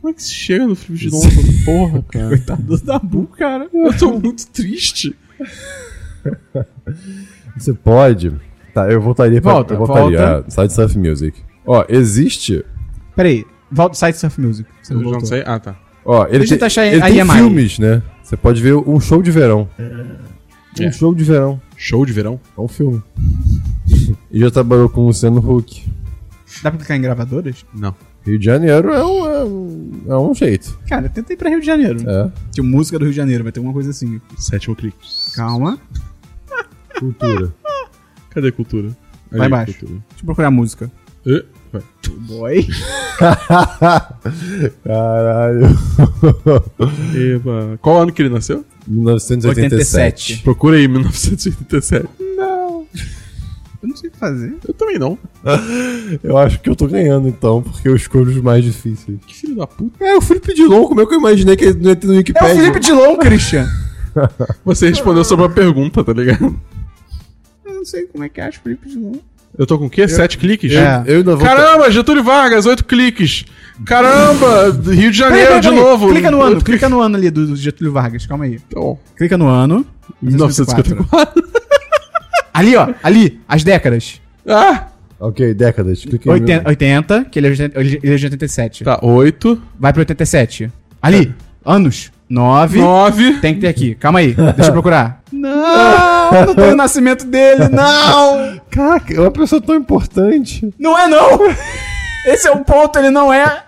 Como é que se chega no filme de novo? Porra, cara. Coitado do Dabu, cara. Eu tô muito triste. Você pode. Tá, eu voltaria pra. Volta, eu voltaria. volta. Ah, Sai de surf music. Ó, existe. Peraí, volta site Surf Music. Você Eu não já não voltou. sei. Ah, tá. Ó, ele Deixa eu tem, achar ele a tem EMI. filmes, né? Você pode ver um show de verão. Um É. show de verão. Show de verão? É um filme. e já trabalhou com o Luciano Huck. Dá pra clicar em gravadoras? Não. Rio de Janeiro é um, é um, é um jeito. Cara, tenta ir pra Rio de Janeiro. É. Tinha música do Rio de Janeiro, vai ter alguma coisa assim. Sétimo clique. Calma. Cultura. Cadê a cultura? Ali, Vai embaixo. cultura. Deixa eu procurar música. Hã? Vai. Boy. Caralho. Eba. Qual ano que ele nasceu? 1987. 87. Procura aí, 1987. Eu não sei o que fazer. Eu também não. Eu acho que eu tô ganhando então, porque eu escolho os mais difíceis. Que filho da puta. É, o Felipe Dilon, como é que eu imaginei que ele não ia ter no É Wikipedia? o Felipe Dilon, Christian. Você respondeu sobre a pergunta, tá ligado? Eu não sei como é que acha o Felipe Dilon. Eu tô com o quê? Sete cliques? É. Eu ainda vou. Caramba, Getúlio Vargas, oito cliques. Caramba, Rio de Peraí, Janeiro peraí, de peraí. novo. Clica no ano, Oito clica no ano ali do, do Getúlio Vargas, calma aí. Então, Clica no ano. 1954. 1954. Ali, ó, ali, as décadas. Ah, Ok, décadas. Clica em 80, 80, que ele é de 80 ele é de 87. tá. Oito, Vai pro 87. Ali, anos. 9. nove. Tem que ter aqui. Calma aí, deixa eu procurar. Não, não tem o nascimento dele, não! Caraca, é uma pessoa tão importante. Não é não! Esse é o ponto, ele não é.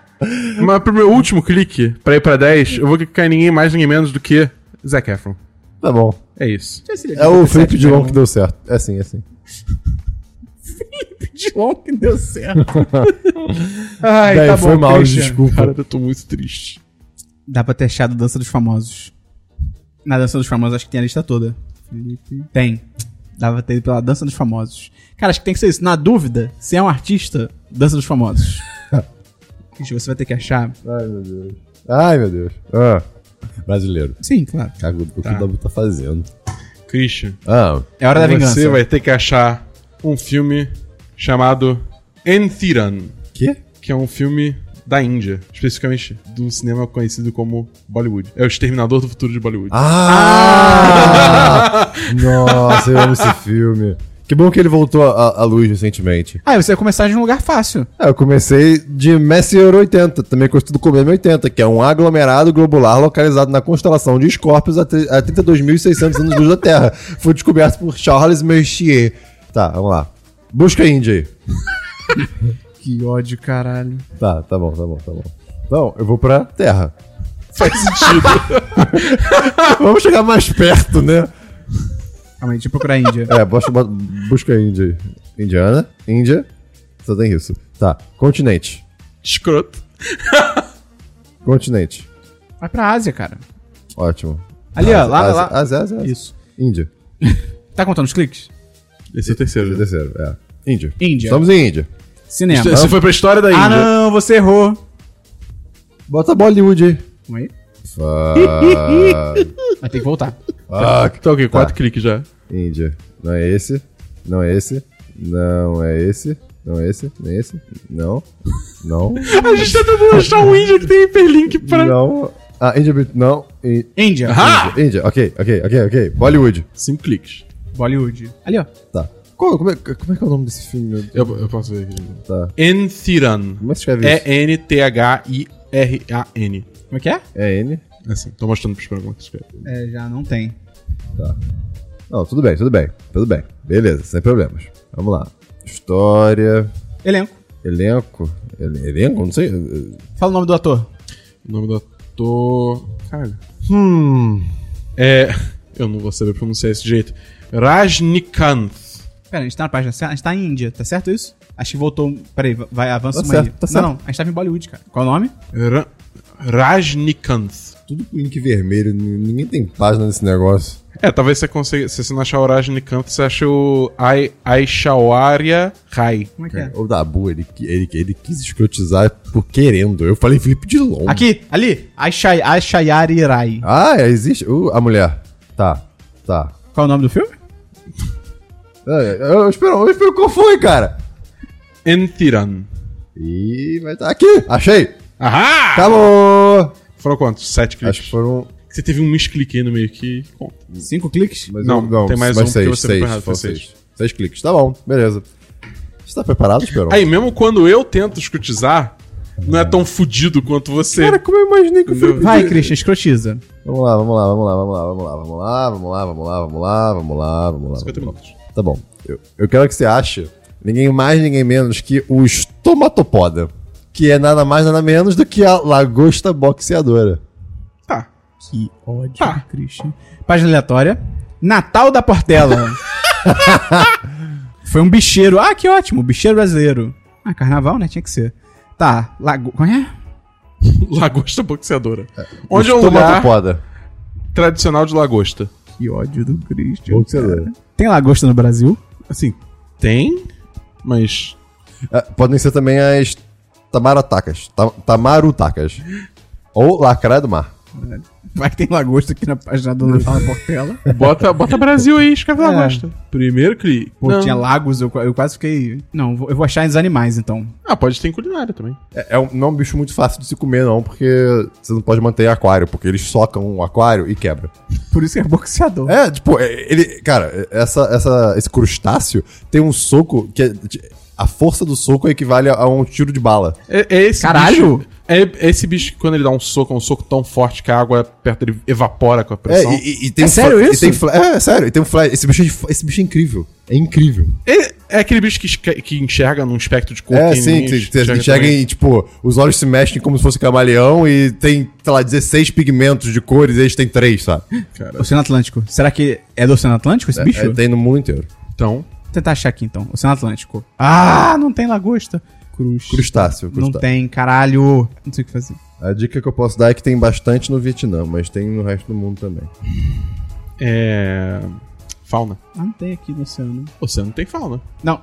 Mas pro meu último clique, pra ir pra dez, eu vou clicar em ninguém mais, ninguém menos do que Zac Efron. Tá bom. É isso. É o Felipe tá Dilon que deu certo. É assim, é assim. Felipe Dilon que deu certo. Ai, Daí, tá foi bom, mal, Christian. desculpa. Cara, eu tô muito triste. Dá pra ter achado Dança dos Famosos. Na Dança dos Famosos acho que tem a lista toda. Tem. Dá pra ter ido pela Dança dos Famosos. Cara, acho que tem que ser isso. Na dúvida, se é um artista, Dança dos Famosos. Gente, você vai ter que achar. Ai, meu Deus. Ai, meu Deus. Ah. Brasileiro. Sim, claro. Cago, o que o Dabu tá fazendo? Christian, Ah, É hora da vingança. você vai ter que achar um filme chamado Enthiran, quê? que é um filme da Índia, especificamente de um cinema conhecido como Bollywood. É o Exterminador do Futuro de Bollywood. Ah! Nossa, eu amo esse filme. Que bom que ele voltou à, à luz recentemente. Ah, você vai começar de um lugar fácil. Ah, eu comecei de Messier 80, também conhecido como M80, que é um aglomerado globular localizado na constelação de Escorpios a, tri- a 32.600 anos de luz da Terra. Foi descoberto por Charles Messier. Tá, vamos lá. Busca a Índia aí. Que ódio, caralho. Tá, tá bom, tá bom, tá bom. Então, eu vou pra Terra. Faz sentido. Vamos chegar mais perto, né? Calma aí, deixa eu procurar a Índia. É, busca, bota- busca Índia. aí. Indiana, Índia, só tem isso. Tá, continente. Escroto. Continente. Vai pra Ásia, cara. Ótimo. Ali, ó, lá, Ásia, lá. Ásia, Ásia, Ásia. Isso. Índia. Tá contando os cliques? Esse é o Esse é o terceiro. Terceiro, é. Índia. Índia. Estamos em Índia. Cinema. Você foi pra história da Ah, Índia. não, você errou. Bota Bollywood aí. Calma aí. Fuck. Vai ter que voltar. Fuck. Tá ok, Tá. quatro cliques já. Índia. Não é esse. Não é esse. Não é esse. Não é esse. Nem esse. Não. Não. A gente tá tentando achar um índio que tem hiperlink pra. Não. Ah, Índia. Brit- Não. Í- Índia. Ah! Índia. Ok, ok, ok, ok. Bollywood. Cinco cliques. Bollywood. Ali, ó. Tá. Qual- como, é, como é que é o nome desse filme? meu Deus? Eu, eu posso ver aqui. Tá. Enthiran. Como é que escreve isso? E-N-T-H-I-R-A-N. Como é que é? É N? Assim, tô mostrando pros programas. É, já não tem. Tá. Não, tudo bem, tudo bem. Tudo bem. Beleza, sem problemas. Vamos lá. História. Elenco. Elenco. Ele- Elenco? Não sei. Fala o nome do ator. O nome do ator. Caralho. Hum. É. Eu não vou saber pronunciar esse jeito. Rajnikanth. Pera, a gente tá na página certa. A gente tá em Índia, tá certo isso? Acho que voltou. Peraí, va- vai, avança Tá uma certo, aí. tá não, certo. não, a gente tava em Bollywood, cara. Qual é o nome? Ra- Rajnikanth. Tudo com link vermelho. n- Ninguém tem página nesse negócio. É, talvez você consiga. Se você não achar o Rajnikanth, você acha o Ai- Aishwarya Rai. Como é que é? O Dabu, ele, qui- ele, ele quis escrotizar por querendo. Eu falei Felipe Dilon. Aqui, ali. Aishai, Aishayari Rai. Ah, é, existe. Uh, a mulher. Tá, tá. Qual é o nome do filme? É, Eu, eu espero, eu espero qual foi, cara. Enthiran. Ih, vai tá aqui. Achei. Ahá! Acabou. Foram quantos? Sete cliques. Tá Acho que foram. Você teve um misclique aí no meio que conta. Cinco cliques? Mas Não, eu- tem mais mas um seis, porque você foi seis, errado, foram foi seis. Seis cliques, tá bom, beleza. Você tá preparado, Esperon? Aí, mesmo quando eu tento escutizar, não é tão fudido quanto você. como eu imaginei que Entendeu? Vai, Christian, escrotiza. Vamos lá, vamos lá, vamos lá, vamos lá, vamos lá, vamos lá, vamos lá, vamos lá, vamos lá, vamos lá, vamos lá. 50 vamos lá. minutos. Tá bom. Eu, eu quero que você ache ninguém mais, ninguém menos que o estomatopoda, que é nada mais, nada menos do que a lagosta boxeadora. Tá. Que ódio, Tá. Christian. Página aleatória. Natal da Portela. Foi um bicheiro. Ah, que ótimo. Bicheiro brasileiro. Ah, carnaval, né? Tinha que ser. Tá. Lago... Qual é? Lagosta boxeadora. Onde é o lugar Estomatopoda. tradicional de lagosta? Que ódio do Christian. Boxeadora. Tem lagosta no Brasil? Assim, tem, mas. É, podem ser também as tamaratacas. Ta tamarutacas. Ou lacraia do mar. Vai que tem lagosta aqui na página do Natal da Portela. Bota, bota Brasil aí, escreve É. lagosta. Primeiro clique. Pô, Não. tinha lagos, eu, qua- eu quase fiquei. Não, eu vou- eu vou achar nos animais então. Ah, pode ter em culinária também. É, é um, não é um bicho muito fácil de se comer, não, porque você não pode manter em aquário, porque eles socam o aquário e quebra. Por isso que é boxeador. É, tipo, é- ele. Cara, essa, essa, esse crustáceo tem um soco que. É, a força do soco equivale a um tiro de bala. É, é esse Caralho! bicho- é, é esse bicho que quando ele dá um soco, é um soco tão forte que a água perto dele evapora com a É, pressão. e- e, e tem É um fla- sério e isso? tem fla- é, é sério, e tem um flash. Esse bicho, é de fa- esse bicho é incrível. É incrível. Ele- é aquele bicho que, esque- que enxerga num espectro de cor É, que sim, ninguém que você enxerga também. e, tipo, os olhos se mexem como se fosse camaleão e tem, sei lá, 16 pigmentos de cores e eles têm 3, sabe? Cara, É Oceano Atlântico. Será que é do Oceano Atlântico esse bicho? É, tem no mundo inteiro. então. Vou tentar achar aqui então. Oceano Atlântico. Ah, não tem lagosta. Cruz. Crustáceo, Não crustáceo. tem, caralho. Não sei o que fazer. A dica que eu posso dar é que tem bastante no Vietnã, mas tem no resto do mundo também. É. Fauna. Ah, não tem aqui no oceano. Oceano tem fauna. Não.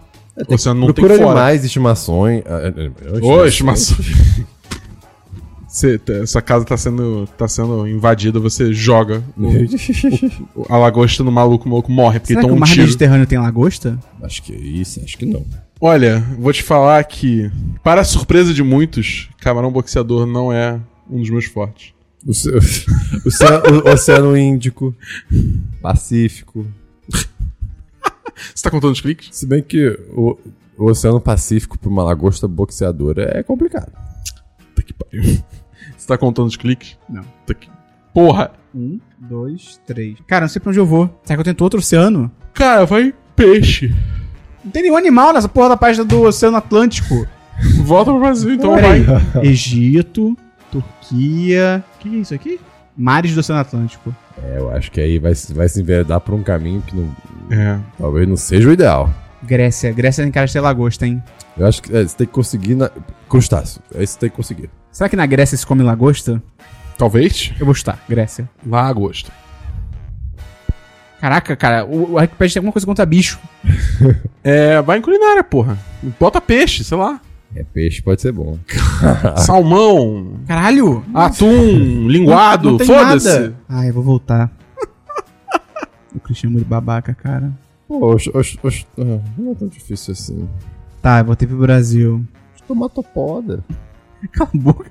Oceano não Procura tem fora. animais, estimações. ah, ah, ah, Ô, estimação. Você- tá- sua casa tá sendo, tá sendo invadida, você joga o- o- a lagosta no maluco, o maluco morre porque Será que é toma o um mar tiro. Mediterrâneo tem lagosta? acho que é isso, acho que não. Olha, vou te falar que, para a surpresa de muitos, camarão boxeador não é um dos meus fortes. O, seu- o seu- o Oceano Índico, Pacífico. Você tá contando os cliques? Se bem que o, o Oceano Pacífico pra uma lagosta boxeadora é complicado. Puta que pariu. Você tá contando os cliques? Não. Puta que... Porra! Um, dois, três. Cara, não sei pra onde eu vou. Será que eu tento outro oceano? Cara, vai peixe. Não tem nenhum animal nessa porra da página do Oceano Atlântico. Volta pro Brasil, então vai. Peraí. Egito, Turquia. O Tá. que é isso aqui? Mares do Oceano Atlântico. É, eu acho que aí vai, se- vai se enveredar por um caminho que não- É. talvez não seja o ideal. Grécia. Grécia tem cara de ter lagosta, hein? Eu acho que é, você tem que conseguir na. Crustáceo. Aí você tem que conseguir. Será que na Grécia se come lagosta? Talvez. Eu vou chutar, Grécia. Lagosta. Caraca, cara, o, o Wikipedia tem alguma coisa contra bicho. É, vai em culinária, porra. Bota peixe, sei lá. É peixe, pode ser bom. Salmão, Caralho! atum, linguado, Não tem foda-se. nada. Ai, eu vou voltar. o Cristian é muito babaca, cara. Pô, ox, ox, ox, ah, não é tão difícil assim. Tá, eu voltei pro Brasil. Tomatopoda. Cala a boca.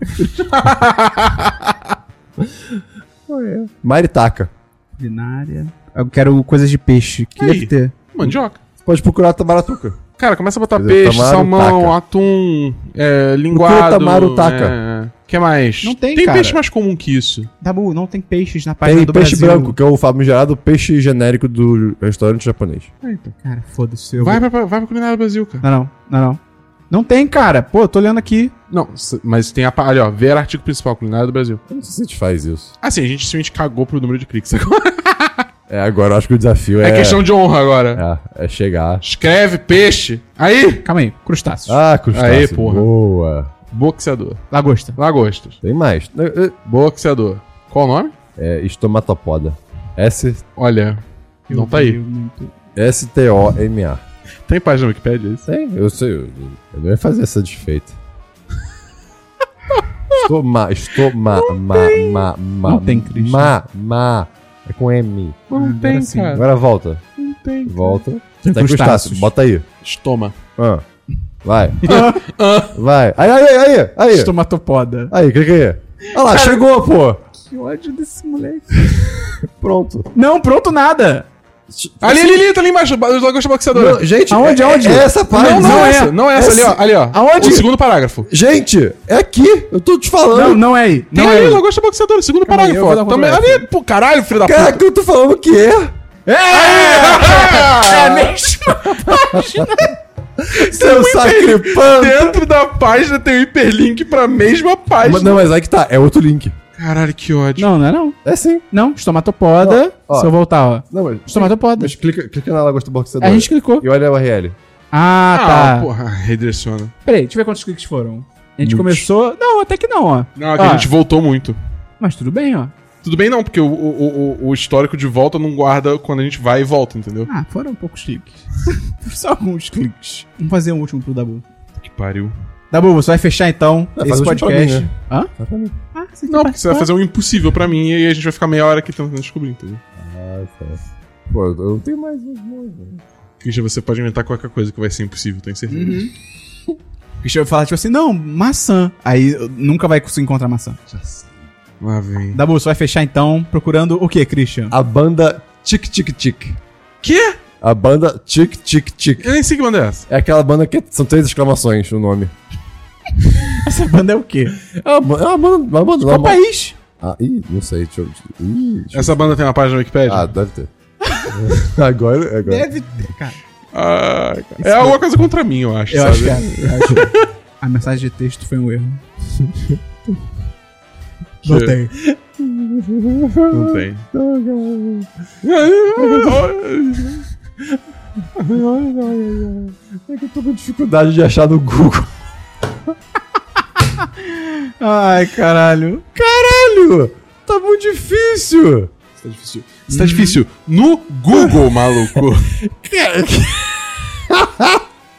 Maritaca. Culinária. Eu quero coisas de peixe. Que Aí. deve ter. Mandioca. Você pode procurar tamaratuca. Cara, começa a botar Quer dizer, peixe, tamaru, salmão, taca. atum, é, linguado. tamaru, taca. né? que mais? Não tem, Tem cara. peixe mais comum que isso. Dabu, não tem peixes na página Tem do peixe Brasil. branco, que é o famigerado peixe genérico do restaurante japonês. Cara, foda-se. eu Vai vou- pra, vai pra culinária do Brasil, cara. Não, não, não, não. Não tem, cara. Pô, eu tô olhando aqui. Não, s- mas tem a. pa- Ali, ó, ver artigo principal, culinária do Brasil. Eu não sei se a gente faz isso. Assim, a gente simplesmente cagou pro número de cliques agora. É, agora eu acho que o desafio é. É, questão de honra agora. É, é chegar. Escreve peixe. Aí, Calma aí. Crustáceos. Ah, crustáceo. Aê, porra. Boa. boxeador. Lagosta. Lagostas. Tem mais. É, é, Boxeador. Qual o nome? É, estomatopoda. S- Olha, não Eu tá aí. vi muito. S-T-O-M-A. Tem página no Wikipedia é isso? Tem, eu sei. Eu, eu não ia fazer essa desfeita. Estoma, estoma, ma, ma, ma. Não tem, Christian. Ma, ma. É com M. Não agora tem, sim. cara. Agora volta. Não tem. Volta. Tem Tem crustáceo. crustáceos. Bota aí. Estoma. Ah. Vai. Ah, Vai. Aí, aí, aí, aí. Estomatopoda. Aí, clica aí. é? Olha lá, chegou, pô. Que ódio desse moleque. Pronto. Não, pronto nada. Ali, ali, ali, tá ali embaixo. ba- Os lagostas boxeadora. Não, gente, Aonde, é, aonde? é essa parte. Não, não, Não é é. essa. Não é essa, ali, ó. Ali, ó. Aonde? O segundo parágrafo. Gente, é aqui. Eu tô te Não, falando. não é aí. Tem Não é ali, aí. lagosta boxeadora. Segundo Calma aí, eu parágrafo, vou dar um ó. Também, control ali, pô, caralho, filho da Caraca, eu tô falando que é. É a mesma página. Seu puta. sacripante. Dentro da página tem um hiperlink pra mesma página. Mas, não, mas aí que tá. É outro link. Caralho, que ódio. Não, não é não. É sim. Não, estomatopoda. Ó, ó. Se eu voltar, ó. Não, mas... Estomatopoda. Mas clica, clica na lagosta boxeadora. A gente clicou. E olha a URL. Ah, tá. porra, redireciona. Peraí, deixa eu ver quantos cliques foram. A gente Muitos. começou. Não, até que não, ó. Não, é que Ó, a gente voltou muito. Mas tudo bem, ó. Tudo bem não, porque o, o, o- o histórico de volta não guarda quando a gente vai e volta, entendeu? Ah, foram poucos cliques. Só alguns cliques. Vamos fazer um último pro Dabu. Que pariu. Dabu, Tá você vai fechar então É, faz esse o último podcast. pra mim, Hã? Tá pra mim. Ah, você Não, porque você vai fazer um impossível pra mim e aí a gente vai ficar meia hora aqui tentando descobrir, entendeu? Ah, tá. Pô, eu não tenho mais uns nomes, velho. Christian, você pode inventar qualquer coisa que vai ser impossível, tenho certeza. Deixa eu falar, tipo assim, não, maçã. Aí eu nunca vai conseguir encontrar maçã. Lá vem. Dabu, você vai fechar então procurando o que, Christian? A banda Tic Tic Tic. Quê? A banda Tic Tic Tic. Eu nem sei que banda é essa. É aquela banda que são três exclamações no nome. Essa banda é o quê? É uma ba- é uma banda. Uma banda Qual uma- país? Ah, ih, não sei. Deixa eu. Ih, deixa eu- Essa banda tem uma página no Wikipedia? Ah, deve ter. agora, agora. ter, cara. Ah, cara. é alguma coisa contra mim, eu acho. Eu Tá sabe? acho que é. eu acho que é. A mensagem de texto foi um erro. Não Que- tem. Não tem. É que eu tô com dificuldade de achar no Google. Ai, caralho. Caralho! Tá muito difícil! Está Tá difícil. Está difícil. No Google, maluco.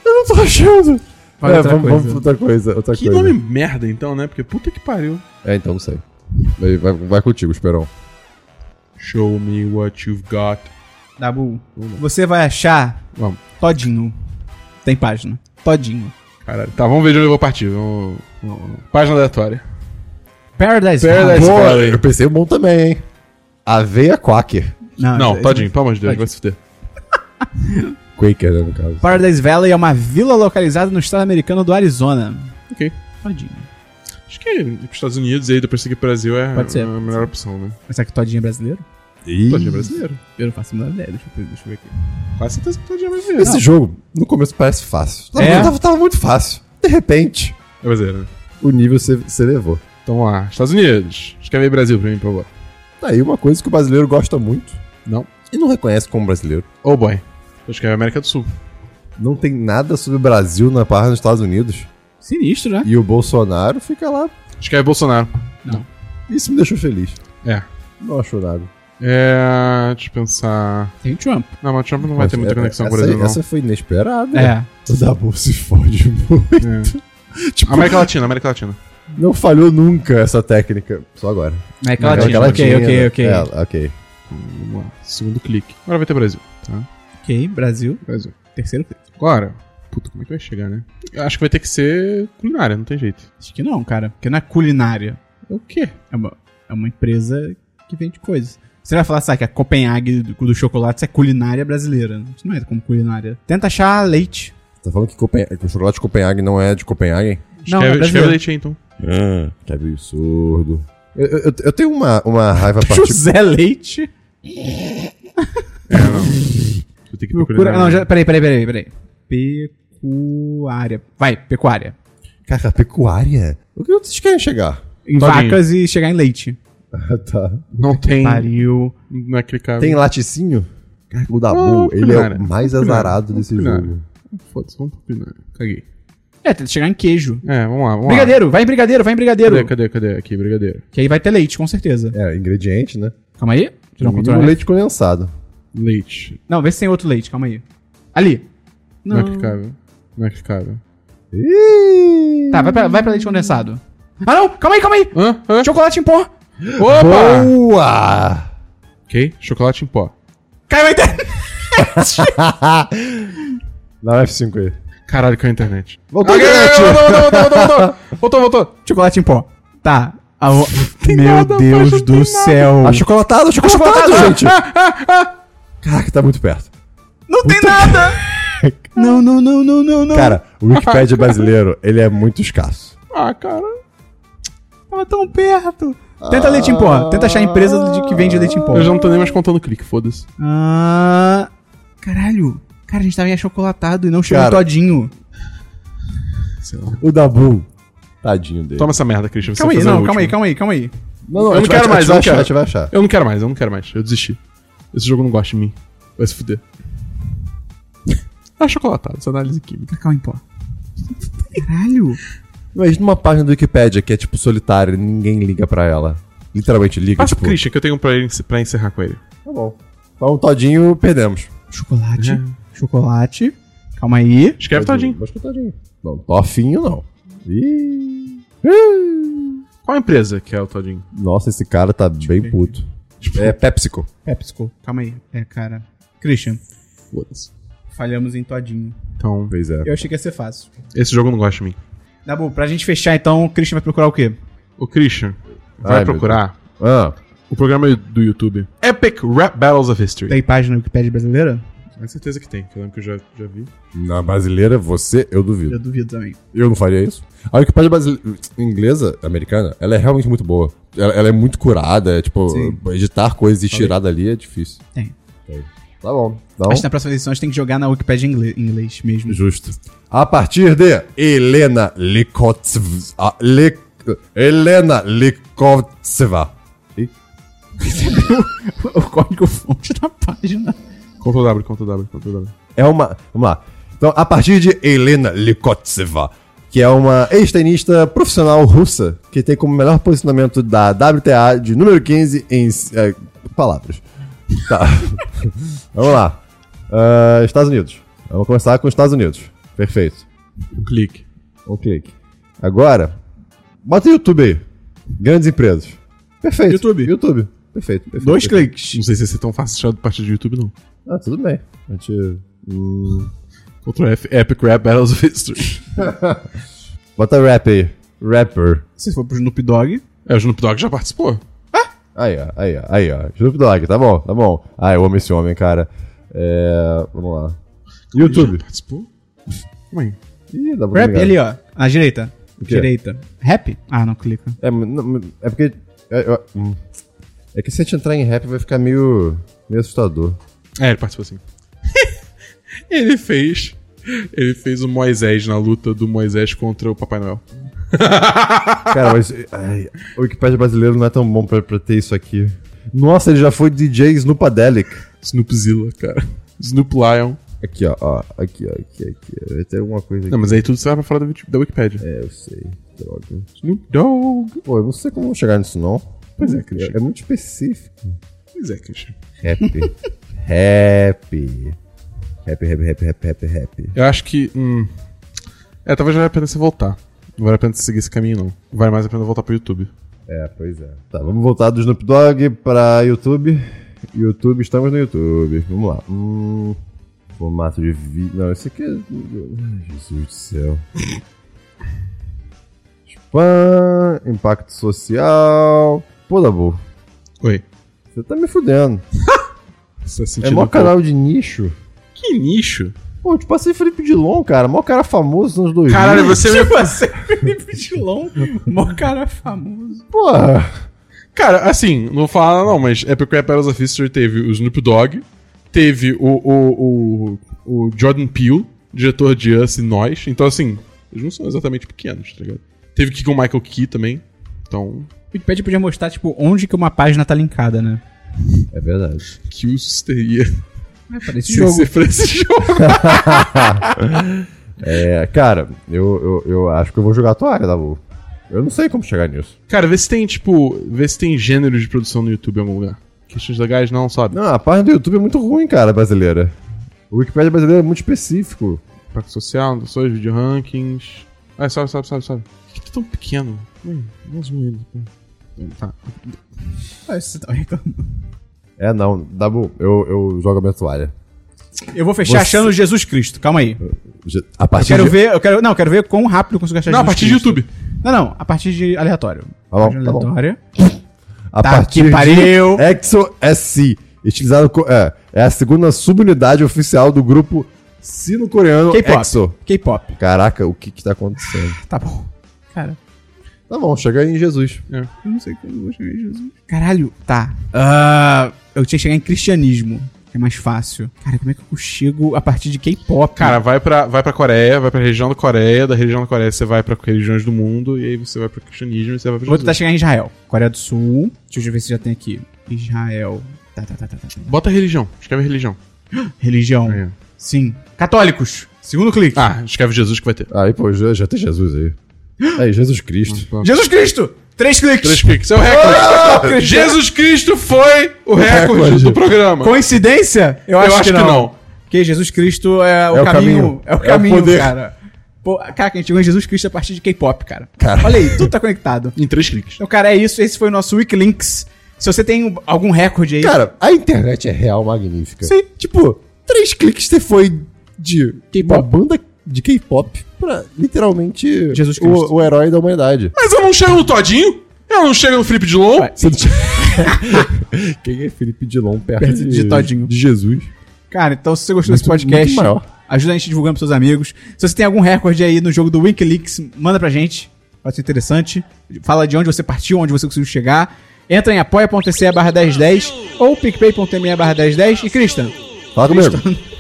Eu não tô achando! Vai é, outra vamos, vamos coisa. pra outra coisa, outra que coisa. nome merda, então, né? Porque puta que pariu. É, então não sei. Vai, vai, vai contigo, Esperão. Show me what you've got. Dabu, você vai achar Vamos. todinho. Tem página. Todinho. Caralho. Tá, vamos ver de onde eu vou partir. Vamos- vamos- Página aleatória. Paradise. Paradise- É, Valley. Boa, hein? eu pensei bom também, hein? Aveia Quaker. Não, Não, é- tadinho, pelo amor de Deus, vai se fuder. Quaker, né, no caso. Paradise Valley é uma vila localizada no estado americano do Arizona. Ok. Todinho. Acho que ir pros Estados Unidos e aí depois seguir pro Brasil é Pode ser. a melhor opção, né? Mas será que todinho é brasileiro? Ih, Tadinho brasileiro. Eu não faço a menor ideia. Deixa eu, deixa eu ver aqui. Quase certeza que tadinho é brasileiro. Esse jogo, no começo parece fácil. Tava, É? tava- tava muito fácil. De repente, É brasileiro, né? o nível se elevou. Então vamos lá. Estados Unidos. Escreve aí Brasil pra mim, por favor. Tá aí uma coisa que o brasileiro gosta muito. Não. E não reconhece como brasileiro. Oh boy. Eu escrevi América do Sul. Não tem nada sobre o Brasil na parte dos Estados Unidos. Sinistro, né? E o Bolsonaro fica lá. Escreve Bolsonaro. Isso me deixou feliz. É. Não achou nada. É. Deixa eu pensar. Tem Trump. Não, mas o Trump não vai ter muita É, conexão essa, com o Brasil, não. Essa foi inesperada. É. O Dabu se fode muito. É. Tipo, América Latina, América Latina. não falhou nununca essa técnica. Só agora. É aquela latina. Ok, ok, ok. É, ok. Vamos lá. Segundo clique. Agora vai ter Brasil. Tá? Ok, Brasil. Brasil. Terceiro clique. Agora. Puta, como é que vai chegar, né? Eu acho que vai ter que ser culinária, não tem jeito. Acho que não, cara. Porque não é culinária. O quê? É uma, é uma empresa que vende coisas. Você vai falar, sabe, que a Copenhague do, do chocolate isso é culinária brasileira. né? Isso não é como culinária. Tenta achar leite. Tá falando que, Copen- que o chocolate de Copenhague não é de Copenhague? Não, é escreve, escreve brasileiro. leite aí, então. Ah, que absurdo. Eu, eu- eu tenho uma, uma raiva particular. José Leite. É, não. Vou ter que Procura. Não, já, peraí, peraí, peraí, peraí. Pecuária. Vai, pecuária. Cara, pecuária? O que vocês querem chegar? Em Todinho. vacas e chegar em leite. Ah, tá. Não tem. Pariu. Não é clicável. Tem laticinho? Cara, o Dabu, Não, ele é culinária. o mais Culinária. azarado desse Culinária. jogo. Foda-se, vamos pro culinária. Caguei. É, tenta chegar em queijo. É, vamos lá, vamos lá. Brigadeiro, vai em brigadeiro, vai em brigadeiro. Cadê, cadê, cadê? Aqui, brigadeiro. Que aí vai ter leite, com certeza. É, ingrediente, né? Calma aí. Deixa eu dar um No controle. mínimo, leite condensado. Leite. Não, vê se tem outro leite, calma aí. Ali. Não, é Não. clicável. Não é clicável. Ih! Tá, vai pra, vai pra leite condensado. Ah não, calma aí, calma aí. Hã? Hã? Chocolate em pó. Opa! Boa! Ok, chocolate em pó. Caiu a internet. Dá um F5 aí. Caralho, caiu a internet. Voltou, Ok, internet! voltou, voltou, voltou, voltou. Voltou, voltou. Chocolate em pó. Tá. A ro- Meu nada, Deus Paixão, do céu. Tá Achocolatado, Tá achocolatado, gente! Caraca, tá muito perto. Não tem nada. não, não, não, não, não, não. Cara, o Wikipedia brasileiro, ele é muito escasso. Ah, cara. tava tão perto. Tenta leite em pó. Tenta achar a empresa de que vende leite em pó. Eu já não tô nem mais contando clique, foda-se. Ah, caralho. Cara, a gente tava em achocolatado e não chegou Cara. em todinho. Sei lá. O Dabu, tadinho dele. Toma essa merda, Christian. Você Calma aí, vai fazer não, o calma aí, último. calma aí, calma aí. Não, não, Eu a não gente quero vai- a mais, gente vai eu achar, não quero. A gente vai achar. Eu não quero mais, eu não quero mais. Eu desisti. Esse jogo não gosta de mim. Vai se fuder. Achocolatado, essa análise química. Cacau em pó. Caralho. Mas numa página do Wikipedia que é tipo solitária, ninguém liga pra ela. Literalmente liga, Passa tipo. pro Christian, que eu tenho um pra, ele, pra encerrar com ele. Tá bom. Então, todinho, perdemos. Chocolate. Chocolate. Calma aí. Escreve todinho. Acho que todinho. Não, tofinho não. Ih. Qual a empresa que é o todinho? Nossa, esse cara tá bem puto. É PepsiCo. PepsiCo. Calma aí. É, cara. Christian, Foda-se. falhamos em todinho. Então, Pois é. Eu achei que ia ser fácil. esse jogo não gosta de mim. Dabu, pra gente fechar então, o Christian vai procurar o quê? O Christian vai Ai, meu procurar Ah, o programa é do YouTube Epic Rap Battles of History. Tem página no Wikipedia brasileira? Tenho certeza que tem, que eu lembro que eu já, já vi. Na brasileira, você, eu duvido. Eu duvido também. Eu não faria isso. A Wikipédia brasile- inglesa, americana, ela é realmente muito boa. Ela, ela é muito curada, é tipo, Sim. Tá editar coisas e tirar dali é difícil. Tem. tá bom. Então, Acho que na próxima edição a gente tem que jogar na Wikipedia em ingle- em inglês mesmo. Justo. A partir de Helena Likotsv... a- Le- Helena Likotseva. o código fonte da página. Ctrl W, Ctrl W, Ctrl W. é uma. Vamos lá. Então, a partir de Helena Likotseva, que é uma ex-tenista profissional russa, que tem como melhor posicionamento da WTA de número 15 em. eh, palavras. Tá. Vamos lá. Ah, Estados Unidos. Vamos começar com os Estados Unidos. Perfeito. Um clique. Um clique. Agora, bota YouTube aí. Grandes empresas. Perfeito. YouTube. YouTube. Perfeito. perfeito, Dois perfeito. cliques. Não sei se ia ser tão fácil achar do partido do YouTube, não. Ah, tudo bem. A gente. hum, Ctrl F, Epic Rap Battles of History. Bota rap aí. Rapper. Se for pro Snoop Dogg. é, o Snoop Dogg já participou. Aí, ó, aí, ó, aí, ó. Snoop Dogg, tá bom, tá bom. Ah, eu amo esse homem, cara. É. Vamos lá. Ele YouTube. já participou? Calma aí. Ih, dá pra Rap ligar. ali, ó. À direita. quê? Direita. Rap? Ah, não clica. É, mas não, é porque. É, eu- hum. É que se a gente entrar em rap vai ficar meio. meio assustador. É, ele participou sim. ele fez. Ele fez o Moisés na luta do Moisés contra o Papai Noel. Cara, mas. ai, o Wikipedia brasileiro não é tão bom pra, pra ter isso aqui. Nossa, ele já foi DJ Snoopadelic. Snoopzilla, cara. Snoop Lion. Aqui, ó, ó. Aqui, ó, aqui, aqui. ó. Vai ter alguma coisa aqui. Não, mas aí tudo sai pra fora da, Wiki- da Wikipédia. É, eu sei. Droga. Snoop Dogg. Pô, eu não sei como eu vou chegar nisso, não. Pois é, Christian. É muito específico. Pois é, Christian. Rap. rap. Rap, rap, rap, rap, rap, rap. Eu acho que. Hum, é, talvez já valha a pena você voltar. Não vale a pena seguir esse caminho, não. Vale mais a pena voltar pro YouTube. É, pois é. Tá, vamos voltar do Snoop Dogg pra YouTube. YouTube, estamos no YouTube. Vamos lá. Hum, formato de vídeo. Não, esse aqui é. Ai, Jesus do céu. Spam, impacto social. Pô, Dabu, Oi. você tá me fudendo. Você tá É sentindo mó um pouco- canal de nicho. Que nicho. Pô, eu te passei Felipe Dilon, cara. Mó cara famoso nos 2000. Caralho, você me... Tipo assim, Felipe Dilon, mó cara famoso. Porra. Cara, assim, não vou falar nada não, mas é Epic Rap Battles of History teve o Snoop Dogg, teve o, o, o, o Jordan Peele, diretor de Us e Nós. Então, assim, eles não são exatamente pequenos, tá ligado? Teve que com o Michael Key também. Então, O Wikipedia podia mostrar, tipo, onde que uma página tá linkada, né? É verdade. que uso teria É, parece de ser pra esse jogo? É, cara, eu, eu, eu acho que eu vou jogar a toalha, Dabu. Eu não sei como chegar nisso. Cara, vê se tem, tipo, vê se tem gênero de produção no YouTube em algum lugar. Questões legais não, sabe? Não, a página do YouTube é muito ruim, cara, brasileira. O Wikipedia brasileiro é muito específico. Impacto social, noções, vídeo rankings. Ah, sobe, sobe, sobe, sobe. Por que tá tão pequeno? Hum, mais um ele. Tá. Ah, isso tá reclamando. É, não, Dabu, eu, eu jogo a minha toalha. Eu vou fechar Você- achando Jesus Cristo, calma aí. Je- A Eu partir quero de... ver, eu quero, não, eu quero ver quão rápido eu consigo achar Não, a partir de Cristo. YouTube. Não, não, a partir de aleatório. Tá bom, Página tá bom. aleatória. A Tá partir que pariu. de Exo SC, estilizado co- é, é a segunda subunidade oficial do grupo sino-coreano EXO. K-pop. K-pop. Caraca, o que que tá acontecendo? Tá bom. Cara, Tá bom, chega aí em Jesus. eu não sei como eu vou chegar em Jesus. Caralho, tá. Ah, eu tinha que chegar em cristianismo, que é mais fácil. Cara, como é que eu chego a partir de K-pop? Cara, vai pra, vai pra Coreia, vai pra região da Coreia, da região da Coreia você vai pra regiões do mundo, e aí você vai pro cristianismo e você vai pra vou tentar Jesus. chegar em Israel. Coreia do Sul. Deixa eu ver se já tem aqui. Israel. Tá, tá, tá, tá, tá. tá. Bota religião, escreve religião. Religião. É. Sim. Católicos. Segundo clique. Ah, escreve Jesus que vai ter. Aí, pô, já, já tem Jesus aí. Aí, Jesus Cristo. Jesus Cristo! Três cliques. Três cliques, é o Ah! recorde. Jesus Cristo foi o recorde recorde. do programa. Coincidência? Eu acho que não. Porque Jesus Cristo é o, É o caminho, caminho. É o É o caminho, poder. cara. Pô, cara, que a gente chegou em Jesus Cristo é a partir de K-pop, cara. Olha aí, tudo tá conectado. Em três cliques. Então, cara, é isso. Esse foi o nosso Wikilinks. Se você tem um- algum recorde aí. Cara, a internet é real magnífica. Sim. Tipo, três cliques você foi de uma banda de K-pop pra literalmente Jesus Cristo. o, o herói da humanidade. Mas eu não chego no Todinho, eu não chego no Felipe Dilon. Ué. Você não tinha- Quem é Felipe Dilon perto, Perto de, de Todinho. de Jesus? Cara, então se você gostou desse Muito- podcast, muito maior. ajuda a gente divulgando pros seus amigos. Se você tem algum recorde aí no jogo do Wikileaks, manda pra gente. Pode ser interessante. Fala de onde você partiu, onde você conseguiu chegar. Entra em apoia.se barra 1010 ou picpay.me barra 1010. E Christian, Fala comigo.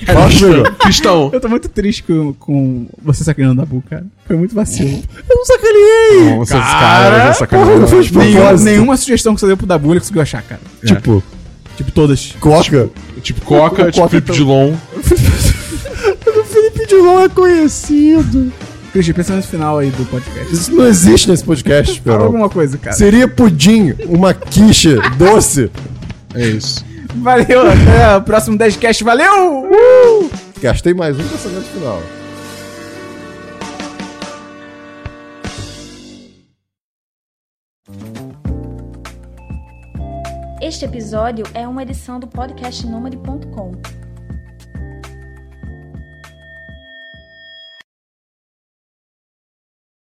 Fala comigo. Cristão. eu tô muito triste com, com você sacaneando o Dabu, cara. Foi muito vacilo. Eu não sacaneei. Nossa, esse é Cara, já sacaneou. porra, eu fiz Nenhum, propósito. nenhuma sugestão que você deu pro Dabu ele conseguiu achar, cara. Tipo, Tipo, todas. Coca. Tipo Coca, O tipo Coca Felipe tá- Dilon. o Felipe Dilon é conhecido. Christian, pensa no final aí do podcast. Isso não existe nesse podcast, Fala Perão. alguma coisa, cara. Seria pudim, uma quiche doce. É isso. Valeu, até o próximo 10cast. Valeu! Gastei mais um pensamento final. Este episódio é uma edição do podcast Nômade.com.